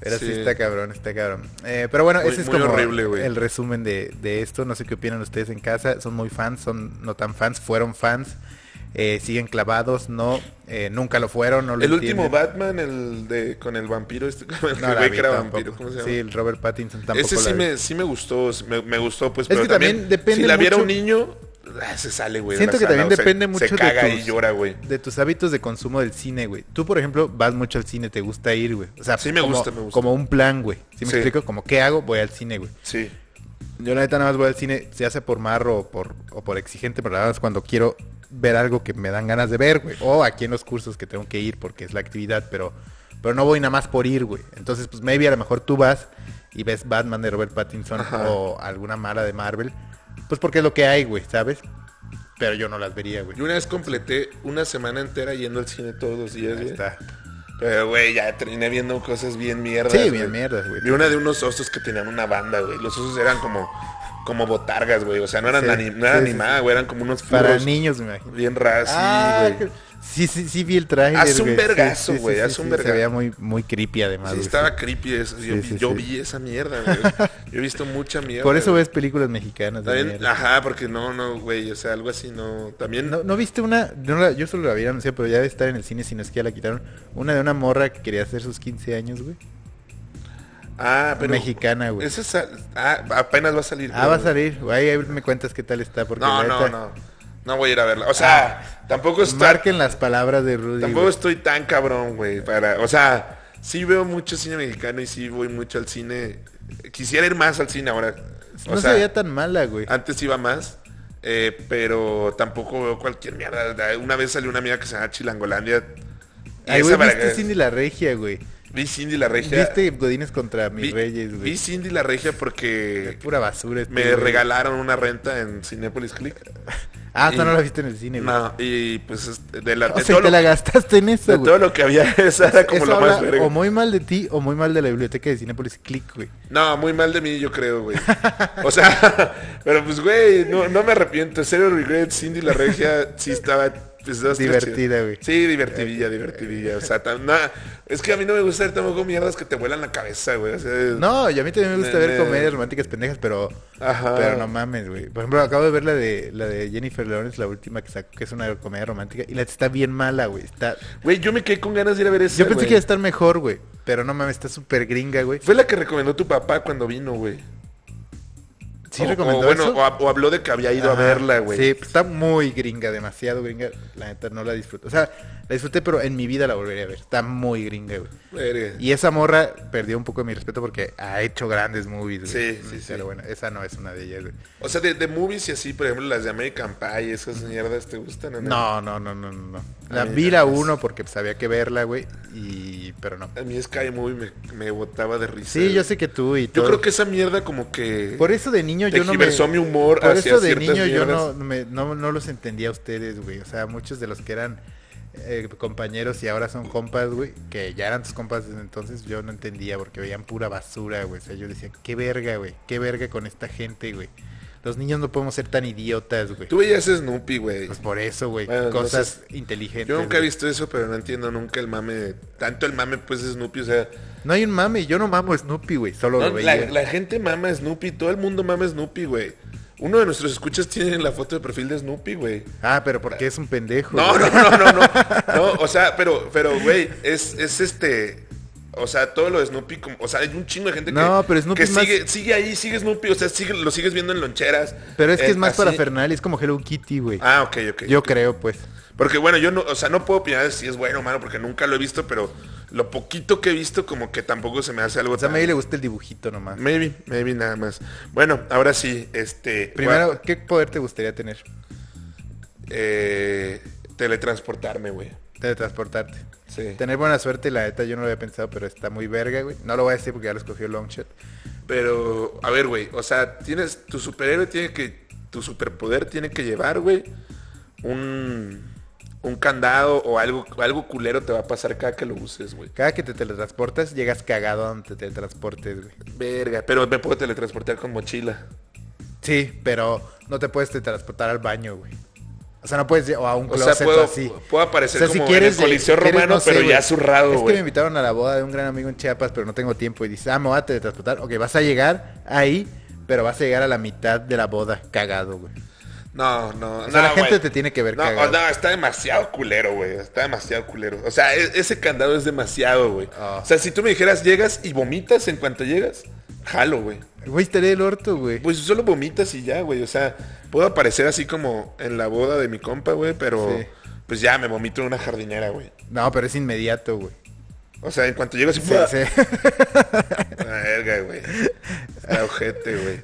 Pero sí. Sí. está cabrón, está cabrón. Eh, pero bueno, Muy- ese es muy como horrible, güey. el resumen de, de esto. No sé qué opinan ustedes en casa. Son muy fans, son no tan fans, fueron fans. eh, siguen clavados, no, eh, nunca lo fueron, no lo El último entienden. Batman, el de con el vampiro, este el No la vi güey que era tampoco. vampiro, ¿cómo se llama? Sí, el Robert Pattinson tampoco Ese sí la vi. me, sí me gustó, sí me, me gustó, pues, Es pero que también depende Si la viera mucho- un niño, ah, se sale, güey. de Siento la que sala, también o sea, depende mucho Se caga de, tus, y llora, güey. de tus hábitos de consumo del cine, güey. Tú, por ejemplo, vas mucho al cine, te gusta ir, güey. O sea, Sí, me como, gusta, me gusta. como un plan, güey. ¿Sí me Sí. explico? Como, ¿qué hago? Voy al cine, güey. Sí. Yo la neta nada más voy al cine, se hace por marro o por, o por exigente, pero la verdad es cuando quiero ver algo que me dan ganas de ver, güey. O aquí en los cursos que tengo que ir porque es la actividad, pero, pero no voy nada más por ir, güey. Entonces, pues maybe a lo mejor tú vas y ves Batman de Robert Pattinson Ajá. o alguna mala de Marvel, pues porque es lo que hay, güey, ¿sabes? Pero yo no las vería, güey. Yo una vez completé una semana entera yendo al cine todos los días, Ahí güey. está. Pero, güey, ya terminé viendo cosas bien mierdas. Sí, bien güey. mierdas, güey. Vi una de unos osos que tenían una banda, güey. Los osos eran como, como botargas, güey. O sea, no eran, Sí, ani- no eran sí, sí, animada, güey. Eran como unos furros Para niños, me imagino. bien raras, sí, Ah, güey. sí, sí, sí vi el traje. Hace un vergazo, güey, hace un Se vergazo. veía muy, muy creepy además. Sí, güey. estaba creepy eso. Yo, Sí, vi, sí, yo sí. vi esa mierda, güey. Yo he visto mucha mierda. Por eso güey. ves películas mexicanas. de También, mierda. ajá, porque no, no, güey, o sea, algo así no. También, ¿No, no viste una? no la- yo solo la había anunciado, pero ya debe estar en el cine, si no es que ya la quitaron. Una de una morra que quería hacer sus 15 años, güey. ah, pero. Mexicana, güey. Esa sa- ah, apenas va a salir. Ah, creo, va a güey. salir. Ahí, ahí me cuentas qué tal está. Porque No, la neta, no, Ah, no. No voy a ir a verla. O sea, tampoco está. Marquen las palabras de Rudy. Tampoco güey. estoy tan cabrón, güey. Para, o sea, sí veo mucho cine mexicano y sí voy mucho al cine. Quisiera ir más al cine ahora. O No sea, ah, se veía tan mala, güey. antes iba más, eh, pero tampoco veo cualquier mierda. Una vez salió una mierda que se llama Chilangolandia. y Ahí, esa güey, para viste que- Cindy la Regia, güey. Vi Cindy la Regia. Viste Godines contra mis vi, reyes, güey. vi Cindy la Regia porque Pura basura. este, me güey. regalaron una renta en Cinépolis Click. Ah, tú y- no la viste en el cine, güey. No, y pues este, de, la, O de, sea, todo, te lo, la gastaste en eso, de güey. todo lo que había, esa era como Eso lo más habla verga. o muy mal de ti o muy mal de la biblioteca de Cinépolis Click, güey. No, muy mal de mí, yo creo, güey. O sea, pero pues, güey, no, no me arrepiento. Zero Regret, Cindy la Regia, sí estaba... pues, estaba Divertida, chida. güey. Sí, divertidilla, divertidilla. O sea, tan- na- es que a mí no me gusta ver tampoco mierdas que te vuelan la cabeza, güey. O sea, No, y a mí también me gusta Me- ver me- comedias románticas pendejas, pero, Ajá. pero no mames, güey. Por ejemplo, acabo de ver la de la de Jennifer Lawrence, la última que sacó, que es una comedia romántica, y la está bien mala, güey. Está... Güey, yo me quedé con ganas de ir a ver esa, Yo pensé güey. que iba a estar mejor, güey. Pero no mames, está súper gringa, güey. Fue la que recomendó tu papá cuando vino, güey. Sí, O- recomendó o, bueno, eso? O, ha- o habló de que había ido Ajá. a verla, güey. Sí, pues, está muy gringa, demasiado gringa. La neta no la disfruto. O sea, la disfruté, pero en mi vida la volvería a ver. Está muy gringa, güey. Verga. Y esa morra perdió un poco mi respeto porque ha hecho grandes movies, güey. Sí, sí, sí. Pero bueno, esa no es una de ellas, güey. O sea, de, de movies y así, por ejemplo, las de American Pie, esas mierdas, ¿te gustan o No, no, no, no, no. La A mí vi no la más. uno porque pues, había que verla, güey. Y... Pero no. A mí Sky Movie me, me botaba de risa. Sí, yo güey. sé que tú y Yo todo. creo que esa mierda como que... Por eso de niño yo no me... Tergiversó mi humor Por hacia eso de ciertas niño yo no, mierdas. me- no, no los entendía a ustedes, güey. O sea, muchos de los que eran eh, compañeros y ahora son compas, güey, que ya eran tus compas desde entonces, yo no entendía porque veían pura basura, güey. O sea, yo decía, qué verga, güey, qué verga con esta gente, güey. Los niños no podemos ser tan idiotas, güey. Tú veías a Snoopy, güey. Pues por eso, güey, Bueno, cosas inteligentes. Yo nunca he güey. visto eso, pero no entiendo nunca el mame. Tanto el mame, pues, de Snoopy, o sea... No hay un mame, yo no mamo a Snoopy, güey, solo no, lo la, veía. la gente mama a Snoopy, todo el mundo mama a Snoopy, güey. Uno de nuestros escuchas tiene la foto de perfil de Snoopy, güey. Ah, pero porque es un pendejo. No, güey. no, no, no, no. No, o sea, pero, pero, güey, es, es este. O sea, todo lo de Snoopy, como- o sea, hay un chingo de gente No, que, pero Snoopy que es más- sigue, sigue ahí, sigue Snoopy, o sea, sigue- lo sigues viendo en loncheras. Pero es que eh, es más así. para Fernández, es como Hello Kitty, güey. Ah, ok, ok. yo creo, pues. Porque bueno, yo no, o sea, no puedo opinar de si es bueno o malo, porque nunca lo he visto, pero lo poquito que he visto, como que tampoco se me hace algo O sea, a tan- May le gusta el dibujito nomás. Maybe, maybe nada más. Bueno, ahora sí, este. Primero, gua- ¿qué poder te gustaría tener? eh, teletransportarme, güey. Teletransportarte. Sí. Tener buena suerte, la neta, yo no lo había pensado, pero está muy verga, güey. No lo voy a decir porque ya lo escogió Longshot. Pero, a ver, güey, o sea, tienes, tu superhéroe tiene que, tu superpoder tiene que llevar, güey, un, un candado o algo, algo culero te va a pasar cada que lo uses, güey. Cada que te teletransportas, llegas cagado a donde te teletransportes, güey. Verga, pero me puedo teletransportar con mochila. Sí, pero no te puedes transportar al baño, güey. O sea, no puedes o a un O closet sea, puedo, así. puedo aparecer O sea, si como quieres, en el Coliseo eh, quieres, Romano, no sé, pero ya güey. zurrado, Es que güey. me invitaron a la boda de un gran amigo en Chiapas, pero no tengo tiempo. Y dices, ah, me voy a teletransportar. Ok, vas a llegar ahí, pero vas a llegar a la mitad de la boda cagado, güey. No, no. O sea, no, la gente güey. te tiene que ver no, cagado. no, está demasiado culero, güey. Está demasiado culero. O sea, e- ese candado es demasiado, güey. Ah. O sea, si tú me dijeras, llegas y vomitas en cuanto llegas, jalo, güey. Güey, estaré el orto, güey. Pues solo vomitas y ya, güey. O sea, puedo aparecer así como en la boda de mi compa, güey, pero Sí. pues ya me vomito en una jardinera, güey. No, pero es inmediato, güey. O sea, en cuanto llego así, Ah, Sí, sí. verga, güey. Está ojete, güey.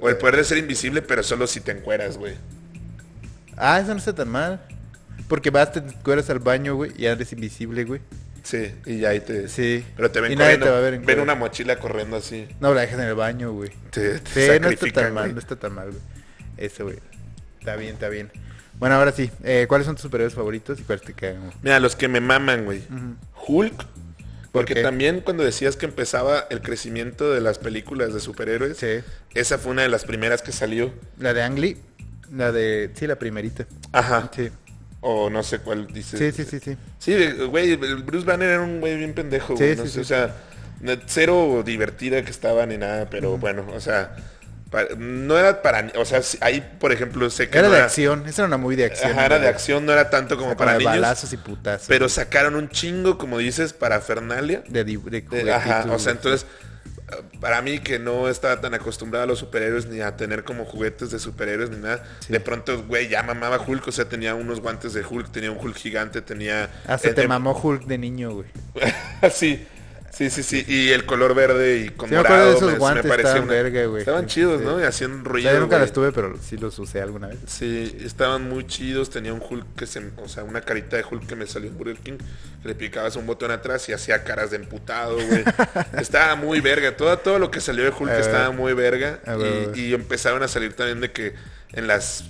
O el poder de ser invisible, pero solo si te encueras, güey. Ah, eso no está tan mal. Porque vas, te cueras al baño, güey, y eres invisible, güey. Sí, y ya ahí te... Sí. Pero te ven Y nadie corriendo. te va a ver en ven cuero. una mochila corriendo así. No, la dejas en el baño, güey. Te, te Sí, no está sacrifican, tan mal, güey. no está tan mal, güey. Eso, güey. Está bien, está bien. Bueno, ahora sí. eh, ¿Cuáles son tus superhéroes favoritos y cuáles te cagan? güey? Mira, los que me maman, güey. Hulk. Porque qué? también cuando decías que empezaba el crecimiento de las películas de superhéroes, Sí. esa fue una de las primeras que salió. La de Ang Lee. La de... Sí, la primerita. Ajá. Sí. O no sé cuál dice. Sí, sí, sí, sí. Ah, Sí, güey, el Bruce Banner era un güey bien pendejo, Sí, güey. no sí, sé, sí. O sea, ne- cero divertida que estaba ni nada, pero bueno, o sea, pa- no era para... ni- O sea, sí, ahí, por ejemplo, sé que Era no de era- acción. Esa era una muy de acción. Ajá, era güey. de acción, no era tanto como Como para de niños. balazos y putas. Pero sacaron un chingo, como dices, para Fernalia. De, di- de De- ajá, juguetitos, o sea, güey. entonces, para mí que no estaba tan acostumbrado a los superhéroes ni a tener como juguetes de superhéroes ni nada, de pronto, güey, ya mamaba Hulk, o sea, tenía unos guantes de Hulk, tenía un Hulk gigante, tenía... Hasta eh, Ah, te eh, mamó Hulk de niño, güey. sí, sí, sí, sí, y el color verde y con Sí, me acuerdo de morado, esos me- me guantes, parecía estaban una- verga, güey. Estaban Sí, chidos, sí. ¿no? Y hacían O ruido, sea, yo nunca güey. las tuve, pero sí los usé alguna vez. Sí, estaban muy chidos. Tenía un Hulk que se. O sea, una carita de Hulk que me salió en Burger King. Le picabas un botón atrás y hacía caras de emputado, güey. estaba muy verga. Todo, todo lo que salió de Hulk A ver. estaba muy verga. A ver. Y, y empezaron a salir también de que en las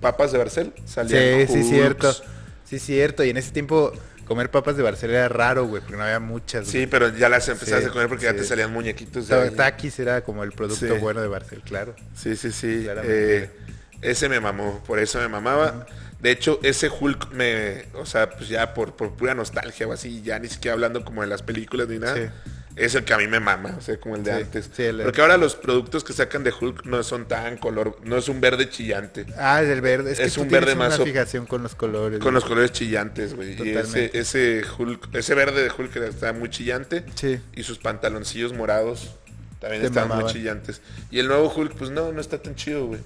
papas de Barcel Sí, salían. sí, Hulks. cierto. Sí, cierto. Y en ese tiempo comer papas de Barcelona era raro, güey, porque no había muchas. güey. Sí, pero ya las empezabas Sí, a comer porque ya sí. te salían muñequitos de Ta- ahí. Takis era como el producto Sí. bueno de Barcelona, claro. Sí, sí, sí. Claramente. Eh, ese me mamó, por eso me mamaba. De hecho, ese Hulk me, o sea, pues ya por, por pura nostalgia o así, ya ni siquiera hablando como de las películas ni nada, Sí. es el que a mí me mama, o sea, como el de Sí, antes. sí, el- Porque ahora los productos que sacan de Hulk no son tan color, no es un verde chillante, Ah, es el verde. Es, que Es tú un tienes verde una más op- fijación con los colores. con güey. los colores chillantes, güey. Y ese, Totalmente. ese Hulk, ese verde de Hulk está muy chillante Sí. y sus pantaloncillos morados también Te estaban muy mamaban. chillantes. Y el nuevo Hulk, pues no, no está tan chido, güey.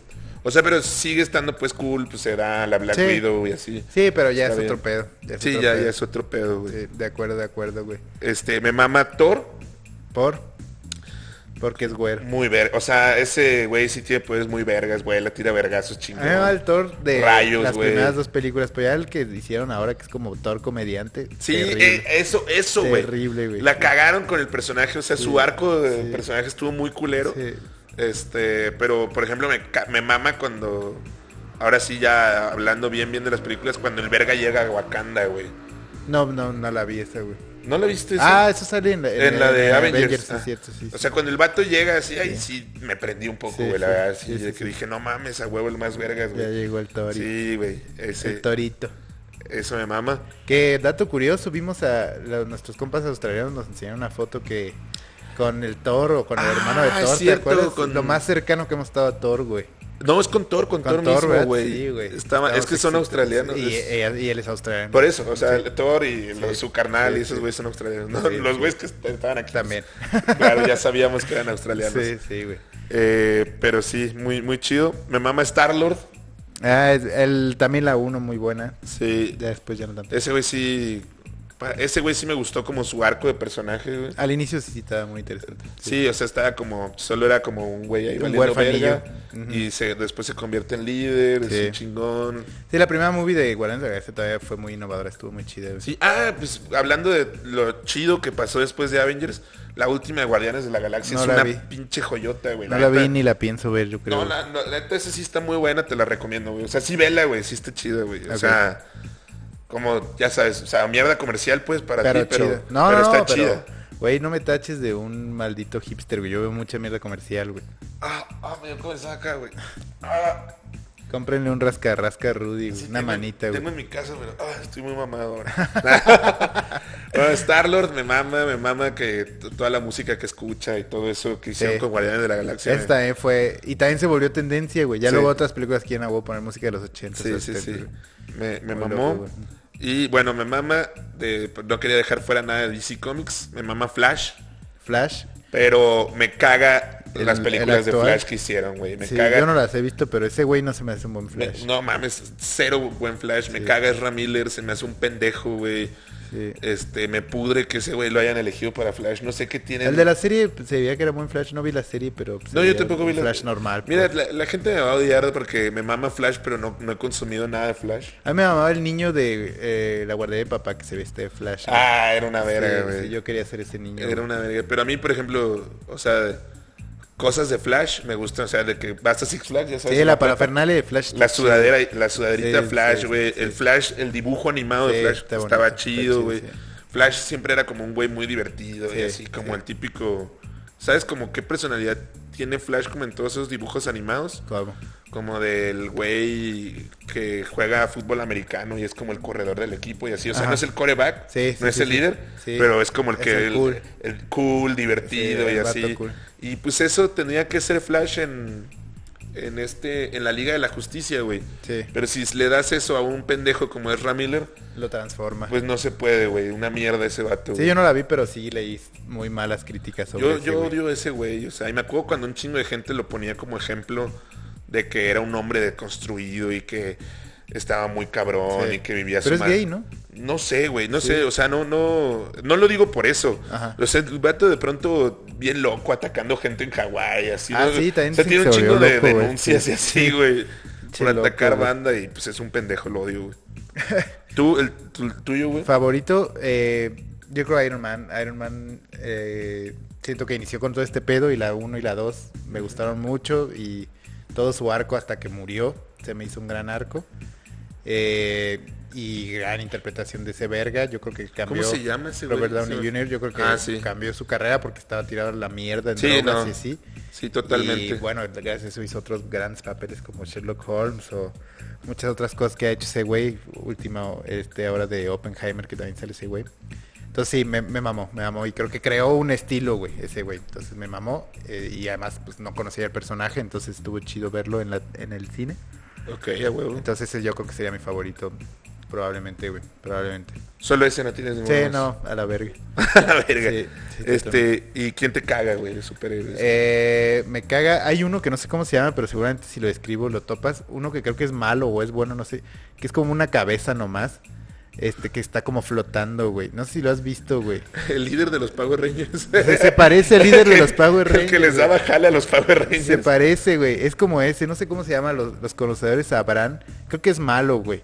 O sea, pero sigue estando pues cool, pues será la Black Sí. Widow y así. Sí, pero ya Está es otro bien. pedo. es Sí, otro ya, pedo. ya es otro pedo, güey. Sí, de acuerdo, de acuerdo, güey. Este, me mama Thor, ¿Por? Porque es güero. muy verga. O sea, ese güey sí tiene pues muy vergas, güey. La tira vergazos A mí me va el chingón. Thor de Rayos, las güey. primeras dos películas, pero ya el que hicieron ahora que es como Thor comediante. Sí, terrible. eh, eso, eso, güey. Terrible, güey. La cagaron con el personaje, o sea, su arco de personaje estuvo muy culero. Sí. Este, pero por ejemplo, me, ca- me mama cuando. Ahora sí, ya hablando bien, bien de las películas, cuando el verga llega a Wakanda, güey. No, no, no la vi esa, güey. ¿No la viste? esa? Ah, eso sale en la, en en el- la de en Avengers. sí, ah. cierto, sí, sí. O sea, cuando el vato llega así, ahí sí me prendí un poco, Sí, güey, la sí, verdad. así sí, de sí, que sí. dije, no mames, a huevo el más vergas, ya güey. llegó el torito. Sí, güey. El Ese, torito. eso me mama. Que dato curioso, vimos a la- nuestros compas australianos nos enseñaron una foto que con el Thor o con el hermano de Ah, Thor, es ¿te cierto, acuerdas? con- Lo más cercano que hemos estado a Thor, güey. No, es con Thor, con, Con Thor, Thor, mismo, ¿verdad? güey. Sí, güey. Estaba- es Estamos que son excited- australianos. Y, es- ella- y él es australiano. Por eso, o sea, Sí. el Thor y lo- su carnal Sí, y esos sí. güeyes son australianos. No, Sí, los sí. güeyes que est- estaban aquí. También. Claro, ya sabíamos que eran australianos. Sí, sí, güey. Eh, pero sí, muy, muy chido. Me mama Star-Lord. Ah, es- el, también la uno muy buena. Sí. Ya después ya no tanto. Ese güey sí... pa- Ese güey sí me gustó como su arco de personaje, güey. Al inicio sí estaba muy interesante. Sí, o sea, estaba como... Solo era como un güey ahí Un valiendo huerfanillo. verga. Y se, después se convierte en líder, Sí. es un chingón. Sí, la primera movie de Guardianes de la Galaxia todavía fue muy innovadora, estuvo muy chida. güey. Sí, ah, pues hablando de lo chido que pasó después de Avengers, la última de Guardianes de la Galaxia No es la una vi. pinche joyota, güey. No la vi neta. ni la pienso ver, yo creo. No, la, no, la neta, esa sí está muy buena, te la recomiendo, güey. O sea, sí vela, güey, sí está chida, güey. O Ok. sea, como, ya sabes, o sea, mierda comercial, pues, para ti, pero, chida. No, no, pero está no, pero, chida. Güey, no me taches de un maldito hipster, güey. Yo veo mucha mierda comercial, güey. Ah, ah, me dio comezón acá, güey. Ah, Cómprenle un rasca, rasca Rudy, güey, sí, una tengo- manita, Tengo güey. en mi casa, pero ah, estoy muy mamado ahora. bueno, Star-Lord me mama, me mama que t- toda la música que escucha y todo eso que hicieron Sí. con Guardianes de la Galaxia. Esta también fue, y también se volvió tendencia, güey. Ya eh. Sí. luego otras películas quieren a huevo poner música de los 80. Sí, sí, sí. Me, me este, Muy mamó. loco, güey. y bueno, me mama, de, no quería dejar fuera nada de DC Comics, me mama Flash, Flash. pero me caga El- las el películas de actual. Flash que hicieron, güey. Me Sí, caga. yo no las he visto, pero ese güey no se me hace un buen me- Flash. no mames, cero buen Flash, me caga Ezra Miller, se me hace un pendejo, güey. Sí. Este, me pudre que ese güey lo hayan elegido para Flash, no sé qué tiene. El de la serie pues, se veía que era buen Flash, no vi la serie, pero pues, se No, yo veía tampoco un vi la... Flash normal. Mira, pues. la, la gente me va a odiar porque me mama Flash, pero no, no he consumido nada de Flash. A mí me mamaba el niño de eh, la guardería de papá que se viste de Flash. güey. Ah, era una Sí, verga, sí, güey. yo quería ser ese niño. Era güey. una verga. Pero a mí, por ejemplo, o sea, cosas de Flash me gustan. O sea, de que vas a Six Flags, ya sabes. Sí, la una pata- parafernalia de Flash. La sudadera, la sudaderita Sí, Flash, sí, güey. sí, el sí. Flash, el dibujo animado Sí, de Flash está bonito, estaba está chido, chido, güey. sí. Flash siempre era como un güey muy divertido y Sí, así, como el típico. ¿Sabes como qué personalidad tiene Flash como en todos esos dibujos animados? ¿Cómo? Como del güey que juega fútbol americano y es como el corredor del equipo y así. O sea, Ajá. no es el coreback, Sí, sí, no es sí, el sí. líder, Sí. pero es como el Es que... el el, cool. el cool, divertido Sí, y el vato así. cool. Y pues eso tenía que ser Flash en, en, este, en la Liga de la Justicia, güey. Sí. Pero si le das eso a un pendejo como es Miller, Lo transforma. pues no se puede, güey. Una mierda ese vato, sí, güey. yo no la vi, pero sí leí muy malas críticas sobre Yo, ese, yo güey. odio ese güey, o sea, y me acuerdo cuando un chingo de gente lo ponía como ejemplo de que era un hombre deconstruido y que estaba muy cabrón Sí. y que vivía Pero su es ma- gay, ¿no? No sé, güey, no sé, o sea, no, no, no lo digo por eso. Ajá. O sea, el vato de pronto bien loco atacando gente en Hawái, así. Ah, ¿no? sí, también O sea, se- tiene un se chingo volvió de loco, güey, denuncias sí. y así, güey, Che, por loco, atacar güey. banda y pues es un pendejo, lo odio, güey. Tú, el, tu- el tuyo, güey. Favorito, eh, yo creo Iron Man. Iron Man, eh, siento que inició con todo este pedo y la 1 y la 2 me gustaron mucho y todo su arco hasta que murió se me hizo un gran arco. Eh, y gran interpretación de ese verga. Yo creo que cambió. se llama ese güey? Robert Se Downey me- Jr. Yo creo que Ah, sí. cambió su carrera porque estaba tirado a la mierda en Sí, drogas no. y así. Sí, totalmente. Y bueno, gracias a eso hizo otros grandes papeles como Sherlock Holmes o muchas otras cosas que ha hecho ese güey. Última, este, ahora de Oppenheimer, que también sale ese güey. Entonces sí, me, me mamó, me mamó. Y creo que creó un estilo, güey, ese güey. Entonces me mamó. eh, y además, pues no conocía el personaje, entonces estuvo chido verlo en, la, en el cine. Ok, a huevo. Entonces ese yo creo que sería mi favorito. Probablemente, güey, probablemente. Solo ese no tienes ninguno Sí, más. no, a la verga. A la verga. Sí, sí, este, ¿y quién te caga, güey, de superhéroes? Eh, me caga. Hay uno que no sé cómo se llama, pero seguramente si lo escribo lo topas. Uno que creo que es malo o es bueno, no sé. Que es como una cabeza nomás. Este, que está como flotando, güey. No sé si lo has visto, güey. el líder de los Power Rangers. Se, se parece al líder de los Power Rangers. El que les güey. daba jale a los Power Rangers. Se parece, güey. Es como ese. No sé cómo se llama. Los, los conocedores sabrán. Creo que es malo, güey.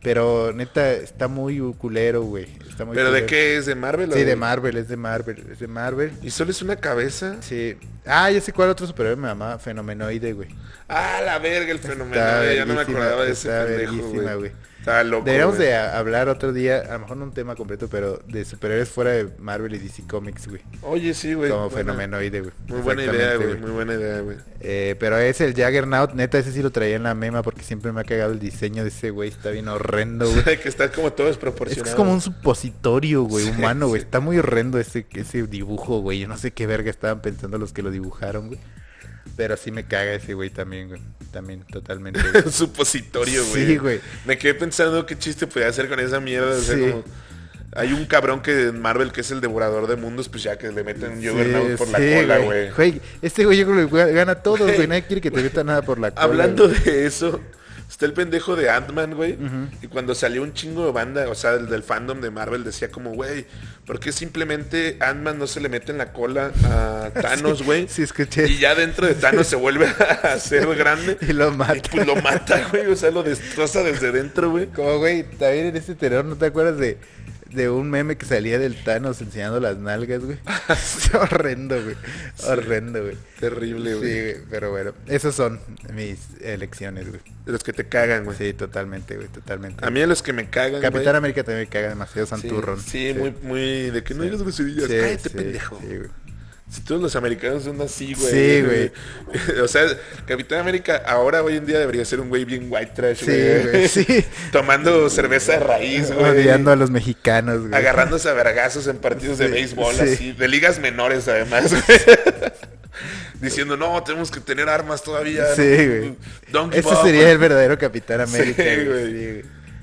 Pero neta, está muy culero, güey. Está muy ¿Pero de culero. qué es? ¿De Marvel? o Sí, de Marvel. Es de Marvel. Es de Marvel. ¿Y solo es una cabeza? Sí. Ah, ya sé cuál otro superhéroe me mamá. Fenomenoide, güey. Ah, la verga, el fenómeno. Está güey, Ya no me verguísima, acordaba de ese está pendejo, verguísima, güey. güey. Estaba loco, Deberíamos güey. de a- hablar otro día, a lo mejor no un tema completo, pero de superhéroes fuera de Marvel y DC Comics, güey. Oye, sí, güey. Como buena- fenomenoide, güey. Muy buena idea, Exactamente, güey. Muy buena idea, güey. Eh, pero es el Jaggernaut, neta, ese sí lo traía en la mema porque siempre me ha cagado el diseño de ese güey, está bien horrendo, güey. que está como todo Es desproporcionado. que es como un supositorio, güey, Sí, humano, güey. sí. Está muy horrendo ese, ese dibujo, güey. Yo no sé qué verga estaban pensando los que lo dibujaron, güey. Pero sí me caga ese güey también, güey. También, totalmente. güey. Un supositorio, güey. Sí, güey. Me quedé pensando qué chiste podía hacer con esa mierda. o sea, Sí. como- hay un cabrón que en Marvel que es el devorador de mundos, pues ya que le meten un Juggernaut por Sí, la cola, güey. Güey, Este güey yo creo que gana todo, Güey. güey. Nadie quiere que te meta nada por la cola. Hablando güey. de eso, está el pendejo de Ant-Man, güey. Y cuando salió un chingo de banda, o sea, del, del fandom de Marvel, decía como, güey, ¿por qué simplemente Ant-Man no se le mete en la cola a Thanos, güey? sí, escuché. Y ya dentro de Thanos se vuelve a ser grande. Y lo Y mata. pues lo mata, güey. O sea, lo destroza desde dentro, güey. Como, güey, también en este terror, ¿no te acuerdas de, de un meme que salía del Thanos enseñando las nalgas, güey? Es horrendo, güey. Horrendo, güey. Terrible, güey. Sí, güey, pero bueno, esas son mis elecciones, güey. De los que te cagan, güey. Sí, totalmente, güey, totalmente. A mí a los que me cagan, Capitán güey, América también me caga demasiado sí, santurrón. Sí, muy, muy... De que no digas groserías. Sí, Cállate, sí, pendejo. sí, güey. Si todos los americanos son así, güey. Sí, güey. o sea, Capitán América ahora hoy en día debería ser un güey bien white trash, Sí, güey, sí. Tomando cerveza de raíz, güey. Odiando a los mexicanos, güey. agarrándose a vergazos en partidos de Sí, béisbol, sí. así, de ligas menores además, güey. Diciendo, no, tenemos que tener armas todavía. Sí, güey. Don't give Ese up", sería el verdadero Capitán América. Sí, güey, güey. sí, güey.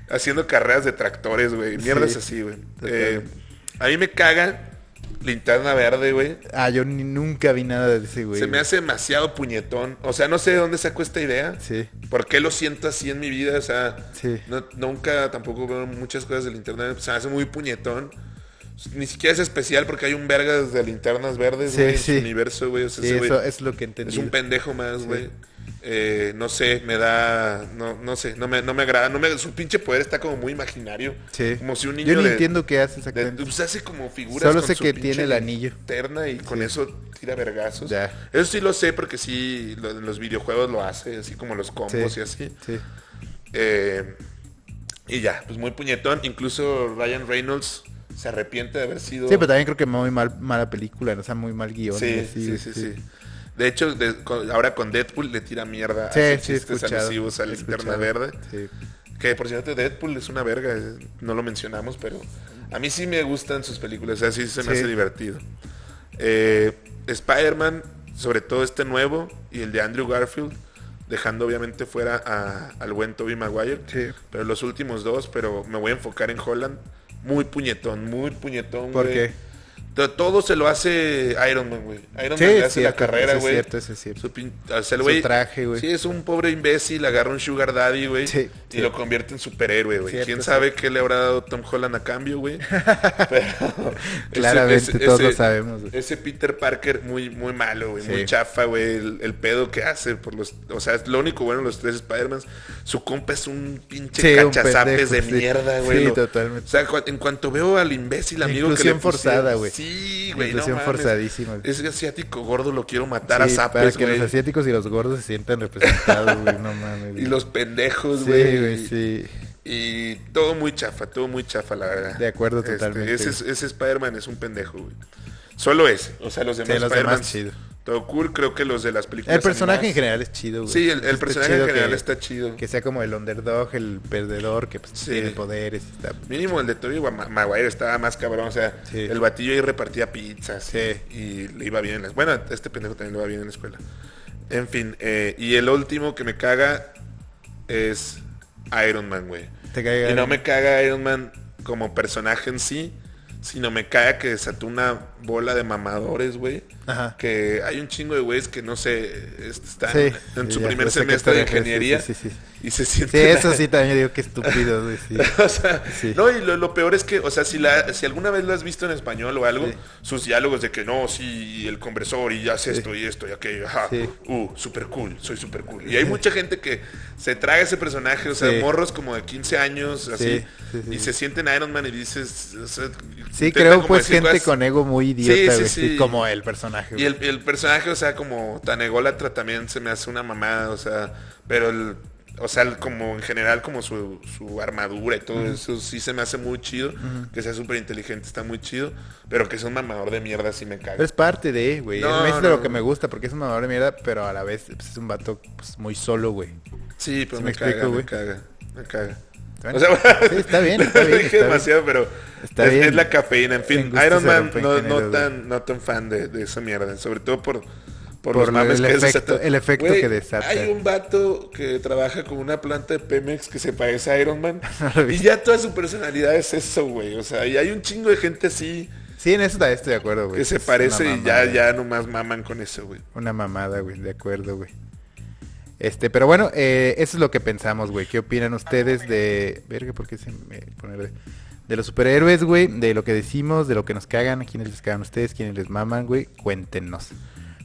Haciendo carreras de tractores, güey. Mierdas Sí, así, güey. Eh, totalmente. a mí me caga Linterna Verde, güey. Ah, yo ni, nunca vi nada de ese, güey. Se me hace demasiado puñetón. O sea, no sé de dónde sacó esta idea. Sí. ¿Por qué lo siento así en mi vida? O sea, Sí. no- nunca tampoco veo muchas cosas de linterna. Se me hace muy puñetón. Ni siquiera es especial porque hay un verga de linternas verdes, Sí, güey. en sí. su universo, güey. O sea, Sí, ese güey eso es lo que entendí. es un pendejo más, güey. Eh, no sé, me da. No, no sé, no me, no me agrada. No me, su pinche poder está como muy imaginario. Sí. Como si un niño. Yo ni de- entiendo qué hace de- exactamente. pues hace como figuras. Solo con sé su que pinche tiene el anillo. Linterna y con eso tira vergazos. Ya. Eso sí lo sé porque sí, lo- en los videojuegos lo hace, así como los combos Sí. y así. Sí. Eh, y ya, pues muy puñetón. Incluso Ryan Reynolds se arrepiente de haber sido. Sí, pero también creo que muy mal, mala película, ¿no? o sea, muy mal guión. y sí, así, este. sí, güey, sí, sí. De hecho, de- con- ahora con Deadpool le tira mierda Sí, hace sí, he chistes escuchado, alusivos a he la linterna escuchado. verde. Sí. Que por cierto, Deadpool es una verga, eh, no lo mencionamos, pero a mí sí me gustan sus películas, así se me Sí. hace divertido. Eh, Spider-Man, sobre todo este nuevo, y el de Andrew Garfield, dejando obviamente fuera a- al buen Tobey Maguire, Sí. pero los últimos dos, pero me voy a enfocar en Holland, muy puñetón, muy puñetón. ¿Por güey. qué? To- Todo se lo hace Iron Man, güey. Iron Sí, Man le es hace cierto, la carrera, eso es güey. cierto, eso es cierto. Su pin- o sea, el Su güey- traje, güey. Sí, es un pobre imbécil, agarra un sugar daddy, güey. Sí, y sí. lo convierte en superhéroe, güey. Cierto, ¿Quién sabe qué le habrá dado Tom Holland a cambio, güey? Pero ese- Claramente, todos lo sabemos, güey. Ese Peter Parker muy, muy malo, güey. Sí. Muy chafa, güey. El, el pedo que hace por los... O sea, es lo único bueno de los tres Spider-Man. Su compa es un pinche Sí, un cachazapes pendejo, de sí. mierda, güey. Sí, Lo- totalmente. O sea, cu- en cuanto veo al imbécil amigo que le Inclusión forzada, pusieron- güey. Sí, güey. no Inclusión mames. forzadísima, güey. Ese asiático gordo lo quiero matar a Sí, zapes, para que güey. los asiáticos y los gordos se sientan representados, güey, no mames. Y güey. los pendejos, Sí, Pues, güey. güey, y- sí. Y todo muy chafa, todo muy chafa, la verdad. De acuerdo Este, totalmente, ese es- ese Spider-Man es un pendejo, güey. Solo ese. O sea, los demás los Spider-Man. demás, chido. Todo cool, creo que los de las películas. El personaje en animadas- general es chido, güey. Sí, el- el, Está personaje en chido general que- está chido. Que sea como el underdog, el perdedor, que pues, Sí. tiene poderes. y Está... Mínimo el de Tobey Gua- Maguire estaba más cabrón. O sea, Sí. el batillo ahí repartía pizzas. Sí. Y le iba bien en la escuela. Bueno, a este pendejo también le va bien en la escuela. En fin, eh, y el último que me caga es Iron Man, güey. Te cae Y no me caga Iron Man como personaje en sí, sino me caga que desató una bola de mamadores, güey. Ajá. Que hay un chingo de güeyes que no sé, est- están Sí, en su ya, primer ya sé a qué semestre de te refieres, ingeniería Sí, sí, sí. y se Sí, sienten... eso sí también digo que estúpido, güey. Sí. O sea, Sí. no, y lo, lo peor es que, o sea, si, la, si alguna vez lo has visto en español o algo, Sí. sus diálogos de que no, sí, y el conversor y hace esto y esto y aquello, ajá, Sí. uh, super cool, soy super cool. Y hay mucha gente que se traga ese personaje, o sea, Sí. morros como de 15 años, así, sí, sí, y sí. se sienten Iron Man y dices, o sea, Sí, intentan creo como pues decir gente cosas- con ego muy idiota, sí, güey, sí. sí, como el personaje. Y el, el personaje, o sea, como tan ególatra también se me hace una mamada, o sea, pero el, o sea, el- como en general, como su, su armadura y todo eso, sí se me hace muy chido, que sea súper inteligente, está muy chido, pero que sea un mamador de mierda sí me Pero caga. es parte de, güey. No, es no, de no. lo que me gusta, porque es un mamador de mierda, pero a la vez pues, es un vato pues, muy solo, güey. Sí, pero sí me, me caga, explico, me güey. caga, me caga. Bueno, O sea, sí, está bien, está bien, dije está bien. demasiado, pero Está es, bien. es la cafeína. En En fin, gusto Iron se Man rompen no, no géneros, tan, no tan fan de, de esa mierda, sobre todo por, por, Por los mames el que efecto- desató. el efecto Güey, que desata. Hay un vato que trabaja con una planta de Pemex que se parece a Iron Man lo he y visto. ya toda su personalidad es eso, güey. O sea, y hay un chingo de gente así Sí, en eso también estoy de acuerdo, güey. que se Es parece una y ya, mamada. ya nomás maman con eso, güey. Una mamada, güey, de acuerdo, güey. Este, pero bueno, eh, eso es lo que pensamos, güey. ¿Qué opinan ustedes de... Verga, ¿por qué se me poner de... De los superhéroes, güey, de lo que decimos, de lo que nos cagan, a quienes les cagan a ustedes, quienes les maman, güey, cuéntenos.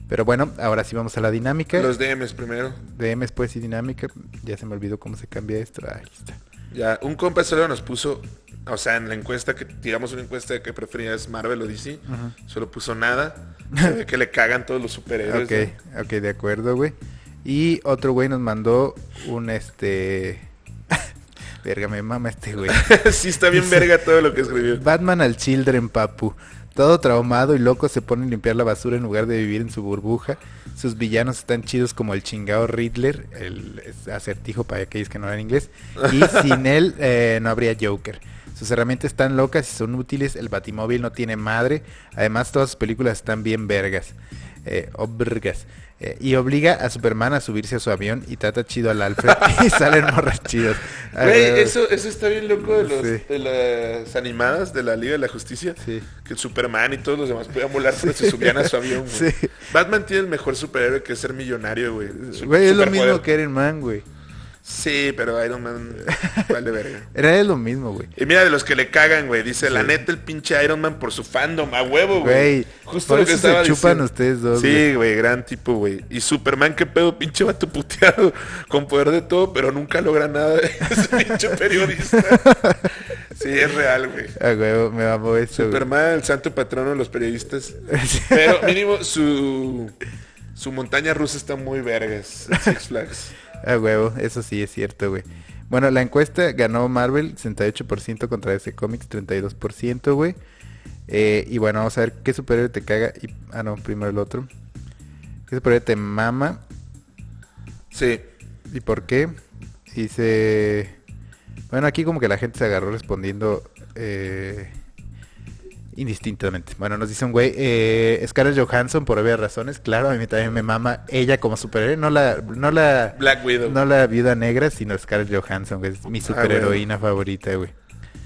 Pero bueno, ahora sí vamos a la dinámica. Los DMs primero. DMs, pues, y dinámica. Ya se me olvidó cómo se cambia esto. Ah, Aquí está. Ya, un compa solo nos puso, o sea, en la encuesta que tiramos una encuesta de que preferías Marvel o DC, solo puso nada. Se ve que le cagan todos los superhéroes. Ok, ¿no? ok, de acuerdo, güey. Y otro güey nos mandó un, este... Verga, me mama este güey. sí, está bien verga todo lo que escribió. Batman al Children, papu. Todo traumado y loco se pone a limpiar la basura en lugar de vivir en su burbuja. Sus villanos están chidos como el chingado Riddler, el acertijo para aquellos que no hablan inglés. Y sin él eh, no habría Joker. Sus herramientas están locas y son útiles. El batimóvil no tiene madre. Además, todas sus películas están bien vergas. Eh, obrgas. Eh, y obliga a Superman a subirse a su avión y trata chido al Alfred y salen morras chidas. Ah, Güey, eso, eso está bien loco de, los, Sí. de las animadas de la Liga de la Justicia. Sí. Que el Superman y todos los demás podían volar, pero se subían a su avión. güey. Sí. Batman tiene el mejor superhéroe que es ser millonario, güey. Su- Güey, es lo mismo superpoder. que Iron Man, güey. Sí, pero Iron Man vale verga. Era lo mismo, güey. Y mira de los que le cagan, güey. Dice, la neta, el pinche Iron Man por su fandom. A huevo, güey. Güey, por eso se chupan ustedes dos, Sí, güey, gran tipo, güey. Y Superman, qué pedo, pinche vato puteado. Con poder de todo, pero nunca logra nada. Es un pinche periodista. sí, es real, güey. Ah, güey, me mamó eso. güey. Superman, el santo patrono de los periodistas. Pero mínimo, su... Su montaña rusa está muy vergas. el Six Flags. A huevo, eso sí es cierto, güey. Bueno, la encuesta ganó Marvel 68% contra DC Comics 32%, güey. Eh, y bueno, vamos a ver qué superhéroe te caga. Y... Ah, no, primero el otro. ¿Qué superhéroe te mama Sí. y por qué? Dice... Bueno, aquí como que la gente se agarró respondiendo eh, indistintamente. Bueno, nos dice un güey, eh, Scarlett Johansson por obvias razones. Claro, a mí también me mama ella como superhéroe. No la... No la Black Widow. no la viuda negra, sino Scarlett Johansson, que es Ah, mi superheroína favorita, güey.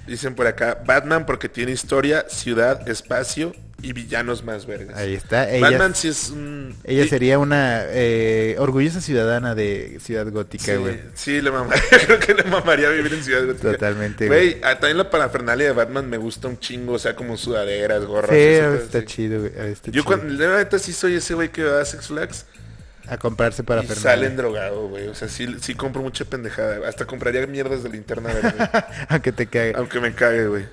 Dicen por acá, Batman porque tiene historia, ciudad, espacio y villanos más vergas. Ahí está. Ella, Batman sí es un... ella y- sería una eh, orgullosa ciudadana de Ciudad Gótica, Sí, güey. sí, le mamaría, creo que le mamaría vivir en Ciudad Gótica. Totalmente, Güey, ah, también la parafernalia de Batman me gusta un chingo, o sea, como sudaderas, gorras. Sí, ese pedo está así. chido, güey. ah, está Yo chido. cuando, la neta sí soy ese güey que va a Sex Flags A comprarse para y Fernando. salen drogado, güey. O sea, sí, sí compro mucha pendejada. Hasta compraría mierdas de linterna verde, Aunque te cague. aunque me cague, güey.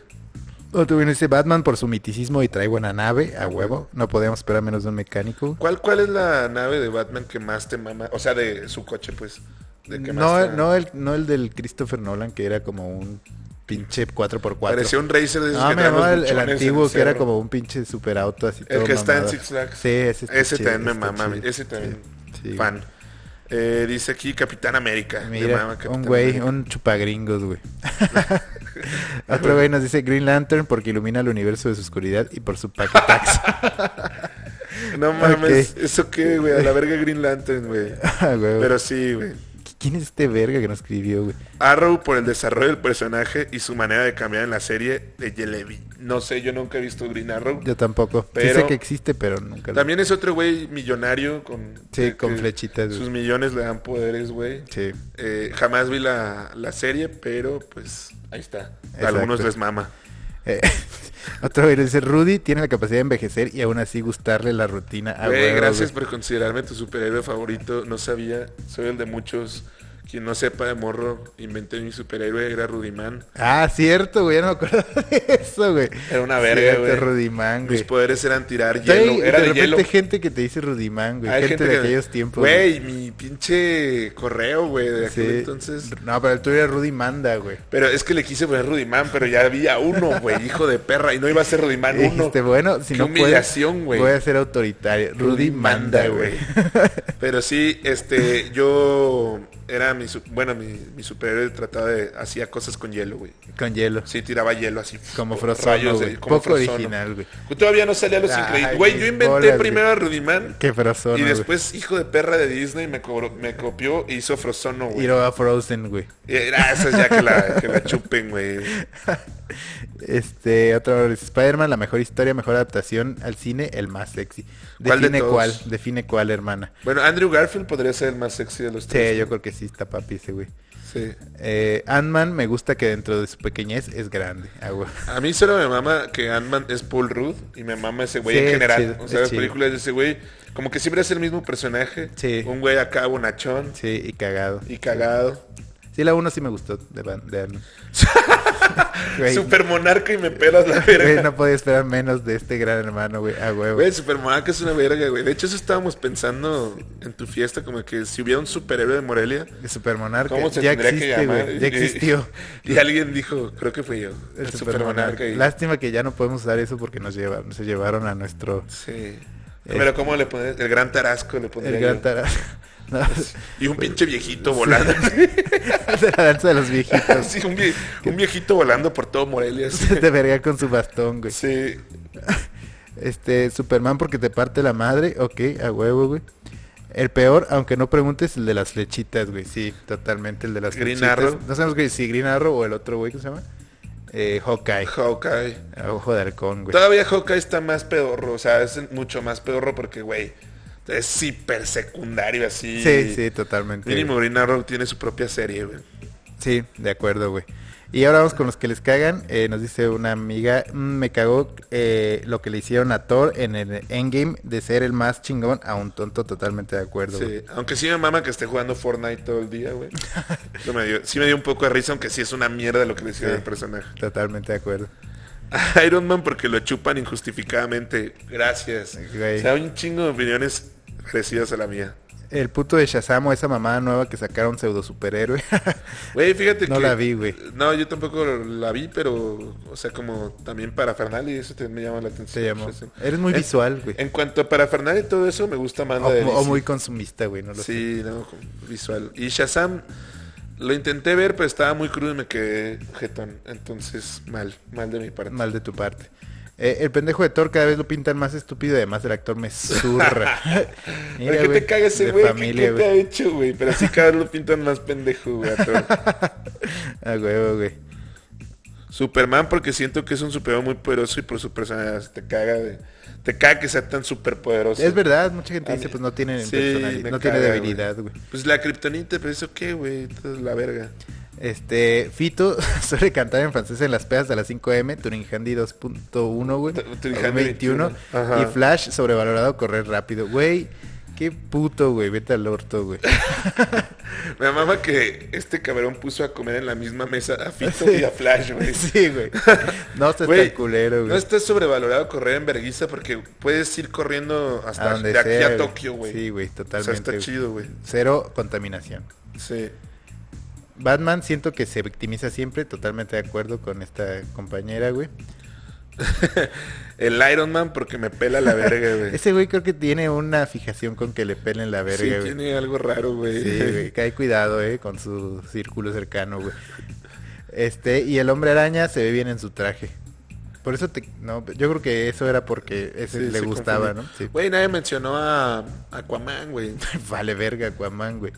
Otro güey nos dice Batman por su miticismo y trae buena nave, a huevo. No podemos esperar menos de un mecánico. ¿Cuál, ¿Cuál es la nave de Batman que más te mama? O sea, de su coche, pues. De que No, más te- no, el, no el del Christopher Nolan, que era como un pinche 4x4. Parecía un racer de esos No, Ah, me que traen los llamaba el, el buchones en antiguo que era cerro. como un pinche superauto así El todo que está en mamado. Six Flags. Sí, ese está Ese este chido, también me está mama. chido. Ese también. Sí, sí, fan. Eh, dice aquí Capitán América. Me Mira, mama Capitán un güey, América. un chupagringos, güey. Otro güey nos dice Green Lantern porque ilumina el universo de su oscuridad y por su paquetax. No mames. ¿Eso qué, güey? A la verga Green Lantern, güey. Ah, güey. Pero sí, güey. ¿Quién es este verga que nos escribió, güey? Arrow por el desarrollo del personaje y su manera de cambiar en la serie de Yelevi. No sé, yo nunca he visto Green Arrow. Yo tampoco. Sí Pero- sé que existe, pero nunca lo- También es otro güey millonario con... Sí, que- con que flechitas, güey. Sus millones le dan poderes, güey. Sí. Eh, jamás vi la, la serie, pero pues ahí está. A Exacto. algunos les mama. Eh, otro güey nos dice Rudy tiene la capacidad de envejecer y aún así gustarle la rutina. a Güey, Ah, huevo, gracias güey. por considerarme tu superhéroe favorito. No sabía, soy el de muchos. Quien no sepa de morro, inventé mi superhéroe, era Rudiman. Ah, cierto, güey, ya no me acuerdo de eso, güey. Era una verga, Cierto, güey. Rudimán, Mis güey. poderes eran tirar Hay hielo. Era de de, repente hielo. gente que te dice Rudimán, güey. Gente, de que- aquellos tiempos. Güey, mi pinche correo, güey, de aquel Sí. entonces. No, pero el tuyo era Rudy Manda, güey. Pero es que le quise poner Rudiman, pero ya había uno, güey, hijo de perra. Y no iba a ser Rudiman Y uno. dijiste, bueno, si Qué no humillación, puedes, güey. voy a ser autoritario. Rudy, Manda, güey. Pero sí, este, yo era mi, su- bueno, mi, mi superhéroe trataba de, hacía cosas con hielo, güey. Con hielo. Sí, tiraba hielo así. Como con Frozono, rayos de- güey. como Poco Frozono. original, güey. Todavía no salía los Ay, increíbles. Güey, mis yo inventé bolas, güey. primero a Rudiman. Qué Frozono, Y güey. después, hijo de perra de Disney, me, cobró- me copió e hizo Frozono, Y güey. luego a Frozen, güey. Era esa ya que la, que la chupen, güey. Este, otra vez, Spider-Man, la mejor historia, mejor adaptación al cine, el más sexy. ¿Cuál de Define todos? cuál, define cuál, hermana. Bueno, Andrew Garfield podría ser el más sexy de los tres. Sí, yo creo que sí está papi ese, güey. Sí. Eh, Ant-Man me gusta que dentro de su pequeñez es grande. Ah, güey. A mí solo me mama que Ant-Man es Paul Rudd y me mama ese güey Sí, en es general. chido, o sea, es las chido. películas de ese güey, como que siempre es el mismo personaje. Sí. Un güey acá bonachón Sí, y cagado. y cagado. Sí, la 1 sí me gustó de, Van- de Ant-Man. Güey, Super Monarca y me pelas la verga. Güey, no podía esperar menos de este gran hermano, güey. A huevo. Güey, Super Monarca es una verga, güey. De hecho, eso estábamos pensando en tu fiesta, como que si hubiera un superhéroe de Morelia. El Supermonarca. ¿Cómo se ya tendría que existe, llamar? güey. Ya existió. Y alguien dijo, creo que fue yo. El El, Super Supermonarca. Monarca. y- Lástima que ya no podemos usar eso porque nos llevaron, se llevaron a nuestro Sí. Pero ¿cómo le pones? El gran Tarasco le pondría el gran yo. tara. No, Y un pinche viejito volando. de la danza de los viejitos. Sí, un, vie- un viejito volando por todo Morelia. así. De verga con su bastón, güey. Sí. Este, Superman porque te parte la madre, ok, a huevo, güey. El peor, aunque no preguntes, el de las flechitas, güey. Sí, totalmente el de las Green flechitas. Arrow. No sabemos güey, si Green Arrow o el otro, güey, ¿cómo se llama? Eh, Hawkeye. Hawkeye. A Ojo de halcón, güey. Todavía Hawkeye está más pedorro, o sea, es mucho más pedorro porque, güey, es hiper secundario así. Sí, sí, totalmente. güey. Mínimo Green Arrow tiene su propia serie, güey. Sí, de acuerdo, güey. Y ahora vamos con los que les cagan. Eh, nos dice una amiga, "Mm, me cagó eh, lo que le hicieron a Thor en el Endgame de ser el más chingón a un tonto, totalmente de acuerdo. güey. Sí, aunque sí me mama que esté jugando Fortnite todo el día, güey. No me dio- sí me dio un poco de risa, aunque sí es una mierda lo que le hicieron Sí. al personaje. Totalmente de acuerdo. A Iron Man porque lo chupan injustificadamente. Gracias. Güey. O sea, un chingo de opiniones parecidas a la mía. El puto de Shazam o esa mamada nueva que sacaron pseudo superhéroe. Güey, fíjate No que... la vi, güey. No, yo tampoco la vi, pero... O sea, como también para Fernal y eso también me llama la atención. Se llamó. O sea, sí. Eres muy En- visual, güey. En cuanto a parafernalia y todo eso, me gusta más O, la de o DC. muy consumista, güey. No lo sé. Sí, no, visual. Y Shazam, lo intenté ver, pero estaba muy crudo y me quedé jetón. Entonces, mal, mal de mi parte. Mal de tu parte. Eh, el pendejo de Thor cada vez lo pintan más estúpido y además el actor me zurra. ¿Por qué güey, te cagas ese de güey? ¿Qué- familia, ¿Qué, güey. te ha hecho, güey? Pero así cada vez lo pintan más pendejo, güey. a todo. A huevo, güey. Superman, porque siento que es un superhéroe muy poderoso y por su personalidad te caga, de- Te caga que sea tan superpoderoso. Es verdad, mucha gente A dice, mí- pues no tiene Sí, personalidad, me no tiene caga, debilidad, güey. Pues la kriptonita, pero eso qué, güey. Esto es la verga. Este, Fito suele cantar en francés en las pedas de las 5M, Turing Handy 2.1, güey. Tu- Turing o Handy 21. 21, ajá. Y Flash sobrevalorado correr rápido, güey. Qué puto, güey, vete al orto, güey. Me mama que este cabrón puso a comer en la misma mesa a Fito y a Flash, güey. Sí, güey. No seas Güey, tan culero, No güey. está sobrevalorado correr en verguiza porque puedes ir corriendo a hasta donde de aquí sea, a Tokio, güey. Sí, güey, o sea, totalmente. está güey. chido, güey. Cero contaminación. Sí. Batman siento que se victimiza siempre, totalmente de acuerdo con esta compañera, güey. El Iron Man porque me pela la verga, güey. Ese güey creo que tiene una fijación con que le pelen la verga, sí, güey. tiene algo raro, güey. Sí, güey, que hay cuidado, eh, con su círculo cercano, güey. Este, y el hombre araña se ve bien en su traje. Por eso te, no, yo creo que eso era porque ese Sí, le se gustaba, confunde. ¿no? Güey, nadie mencionó a Aquaman, güey. Sí. Vale verga, Aquaman, güey.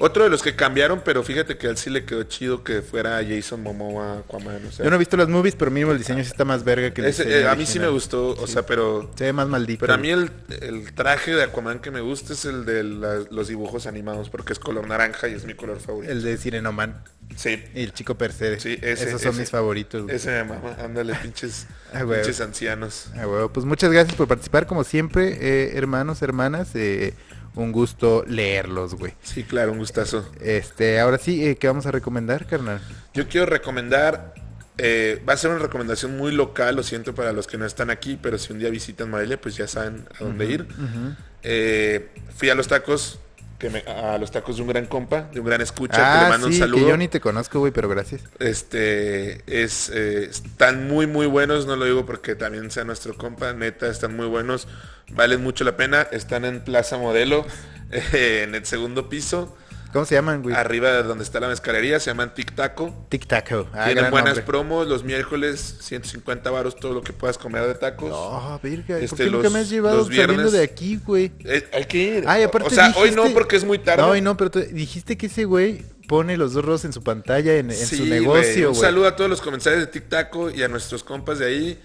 Otro de los que cambiaron, pero fíjate que a él sí le quedó chido que fuera Jason Momoa Aquaman, o sea. Yo no he visto las movies, pero mínimo el diseño sí está más verga que el ese- diseño eh, a mí sí me original. gustó, o sea, pero... Se ve más maldito. Pero a mí güey. el, el traje de Aquaman que me gusta es el de la- los dibujos animados, porque es color naranja y es mi color favorito. el de Sirenoman Sí, y el chico Persedes. Sí, ese, Esos son ese. mis favoritos, güey. ese me mama. Ándale, pinches, Ah, güey. pinches ancianos. Ah, huevo. Pues muchas gracias por participar, como siempre, eh, hermanos, hermanas. eh, un gusto leerlos, güey. Sí, claro, un gustazo. Este, ahora sí, eh, ¿qué vamos a recomendar, carnal? Yo quiero recomendar, eh, va a ser una recomendación muy local, lo siento para los que no están aquí, pero si un día visitan Morelia, pues ya saben a dónde ir. Eh, fui a los tacos, que me- a los tacos de un gran compa, de un gran escucha, que le Ah, mando sí, un saludo. que yo ni te conozco, güey, pero gracias. Este es eh, están muy muy buenos, no lo digo porque también sea nuestro compa, neta, están muy buenos, valen mucho la pena, están en Plaza Modelo, eh, en el segundo piso, ¿Cómo se llaman, güey? arriba de donde está la mezcalería, se llaman Tic Taco. Tic Taco. Ah, Tienen gran buenas nombre. promos, los miércoles 150 varos todo lo que puedas comer de tacos. No, verga, ¿por Este, qué nunca los- me has llevado los saliendo viernes. de aquí, güey? Eh, hay que ir. Ay, aparte o sea, hoy dijiste- no porque es muy tarde. No, y no, pero tú- dijiste que ese güey pone los dos rojos en su pantalla, en, en Sí, su güey, negocio, Un güey. saludo a todos los comensales de Tic Taco y a nuestros compas de ahí.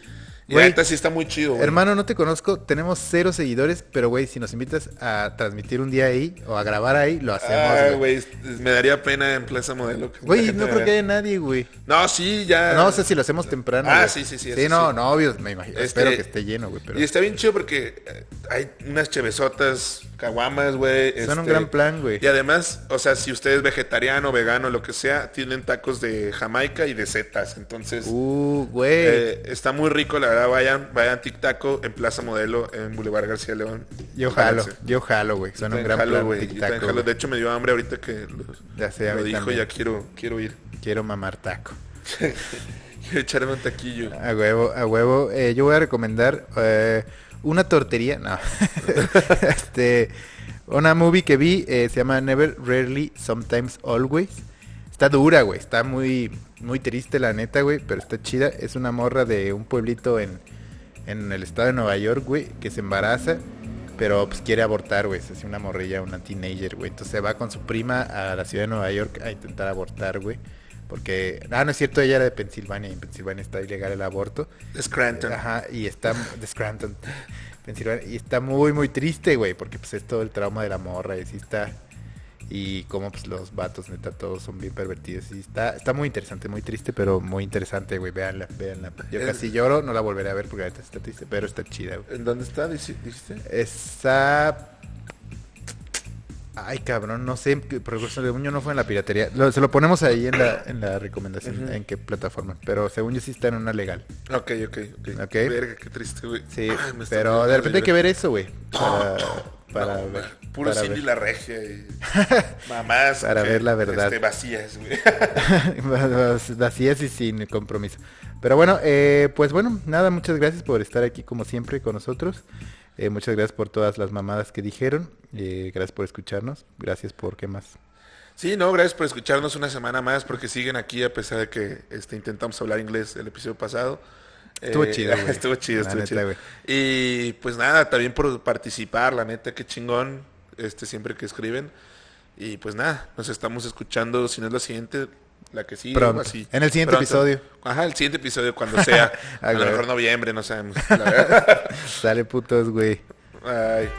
Y Güey, la neta sí está muy chido. güey. Hermano, no te conozco, tenemos cero seguidores, pero güey, si nos invitas a transmitir un día ahí o a grabar ahí, lo Ah, hacemos, güey. güey, es- me daría pena en Plaza Modelo. que la Güey, gente no me creo que vea. haya nadie, güey. No, sí, ya. No, o sea, si lo hacemos temprano. Ah, güey. sí, sí, sí, Sí, eso no, sí. no, obvio, me imagino. Este- Espero que esté lleno, güey. Pero... Y está bien chido porque eh, hay unas chevesotas Caguamas, güey. Son este, un gran plan, güey. Y además, o sea, si usted es vegetariano, vegano, lo que sea, tienen tacos de Jamaica y de setas. Entonces, Uh, güey. eh, está muy rico, la verdad. Vayan, vayan Tic Taco en Plaza Modelo, en Boulevard García León. yo jalo, yo jalo, güey. Son un gran plan. güey. tic-tac, Yo también jalo. güey. De hecho, me dio hambre ahorita que lo, Ya sé, a lo mí dijo. también. Ya quiero, quiero ir. Quiero mamar taco. Quiero echarme un taquillo. A huevo, a huevo. Eh, yo voy a recomendar eh, una tortería, no. este, una movie que vi eh, se llama Never, Rarely, Sometimes, Always. Está dura, güey. Está muy, muy triste la neta, güey, pero está chida. Es una morra de un pueblito en, en el estado de Nueva York, güey, que se embaraza, pero pues quiere abortar, güey. Es así una morrilla, una teenager, güey. Entonces va con su prima a la ciudad de Nueva York a intentar abortar, güey. Porque, ah, no es cierto, ella era de Pensilvania y en Pensilvania está ilegal el aborto. Scranton. Ajá, y está de Scranton, Pensilvania. Y está muy, muy triste, güey, porque pues es todo el trauma de la morra y sí está... Y como pues los vatos, neta, todos son bien pervertidos. Y está, está muy interesante, muy triste, pero muy interesante, güey. Véanla, véanla. Yo Es- casi lloro, no la volveré a ver porque ahorita está triste, pero está chida, güey. ¿En dónde está? Dici- ¿Dijiste? Esa... Ay, cabrón, no sé, pero según yo no fue en la piratería. Lo- se lo ponemos ahí en la, en la recomendación, Ujú. en qué plataforma. Pero según yo sí está en una legal. Ok, ok, ok. Ok. Verga, qué triste, güey. Sí, Ay, Ah, me está pero dando de repente hay llorar. que ver eso, güey. Para, para No, ver. Puro para Cindy ver. la regia y mamás. Para que, ver la verdad. este, vacías, güey. Así es y sin compromiso. Pero bueno, eh, pues bueno, nada, muchas gracias por estar aquí como siempre con nosotros. Eh, muchas gracias por todas las mamadas que dijeron. Eh, gracias por escucharnos. Gracias por qué más. Sí, no, gracias por escucharnos una semana más porque siguen aquí a pesar de que este, intentamos hablar inglés el episodio pasado. Eh, Estuvo chido, güey. Estuvo chido, La estuvo neta, chido. güey. Y pues nada, también por participar, la neta, qué chingón, este, siempre que escriben. Y pues nada, nos estamos escuchando, si no es la siguiente, la que sigue. o Pronto. así. En el siguiente episodio. Ajá, el siguiente episodio cuando sea. Ah, a lo güey. mejor noviembre, no sabemos. la verdad. Sale putos, güey. Ay.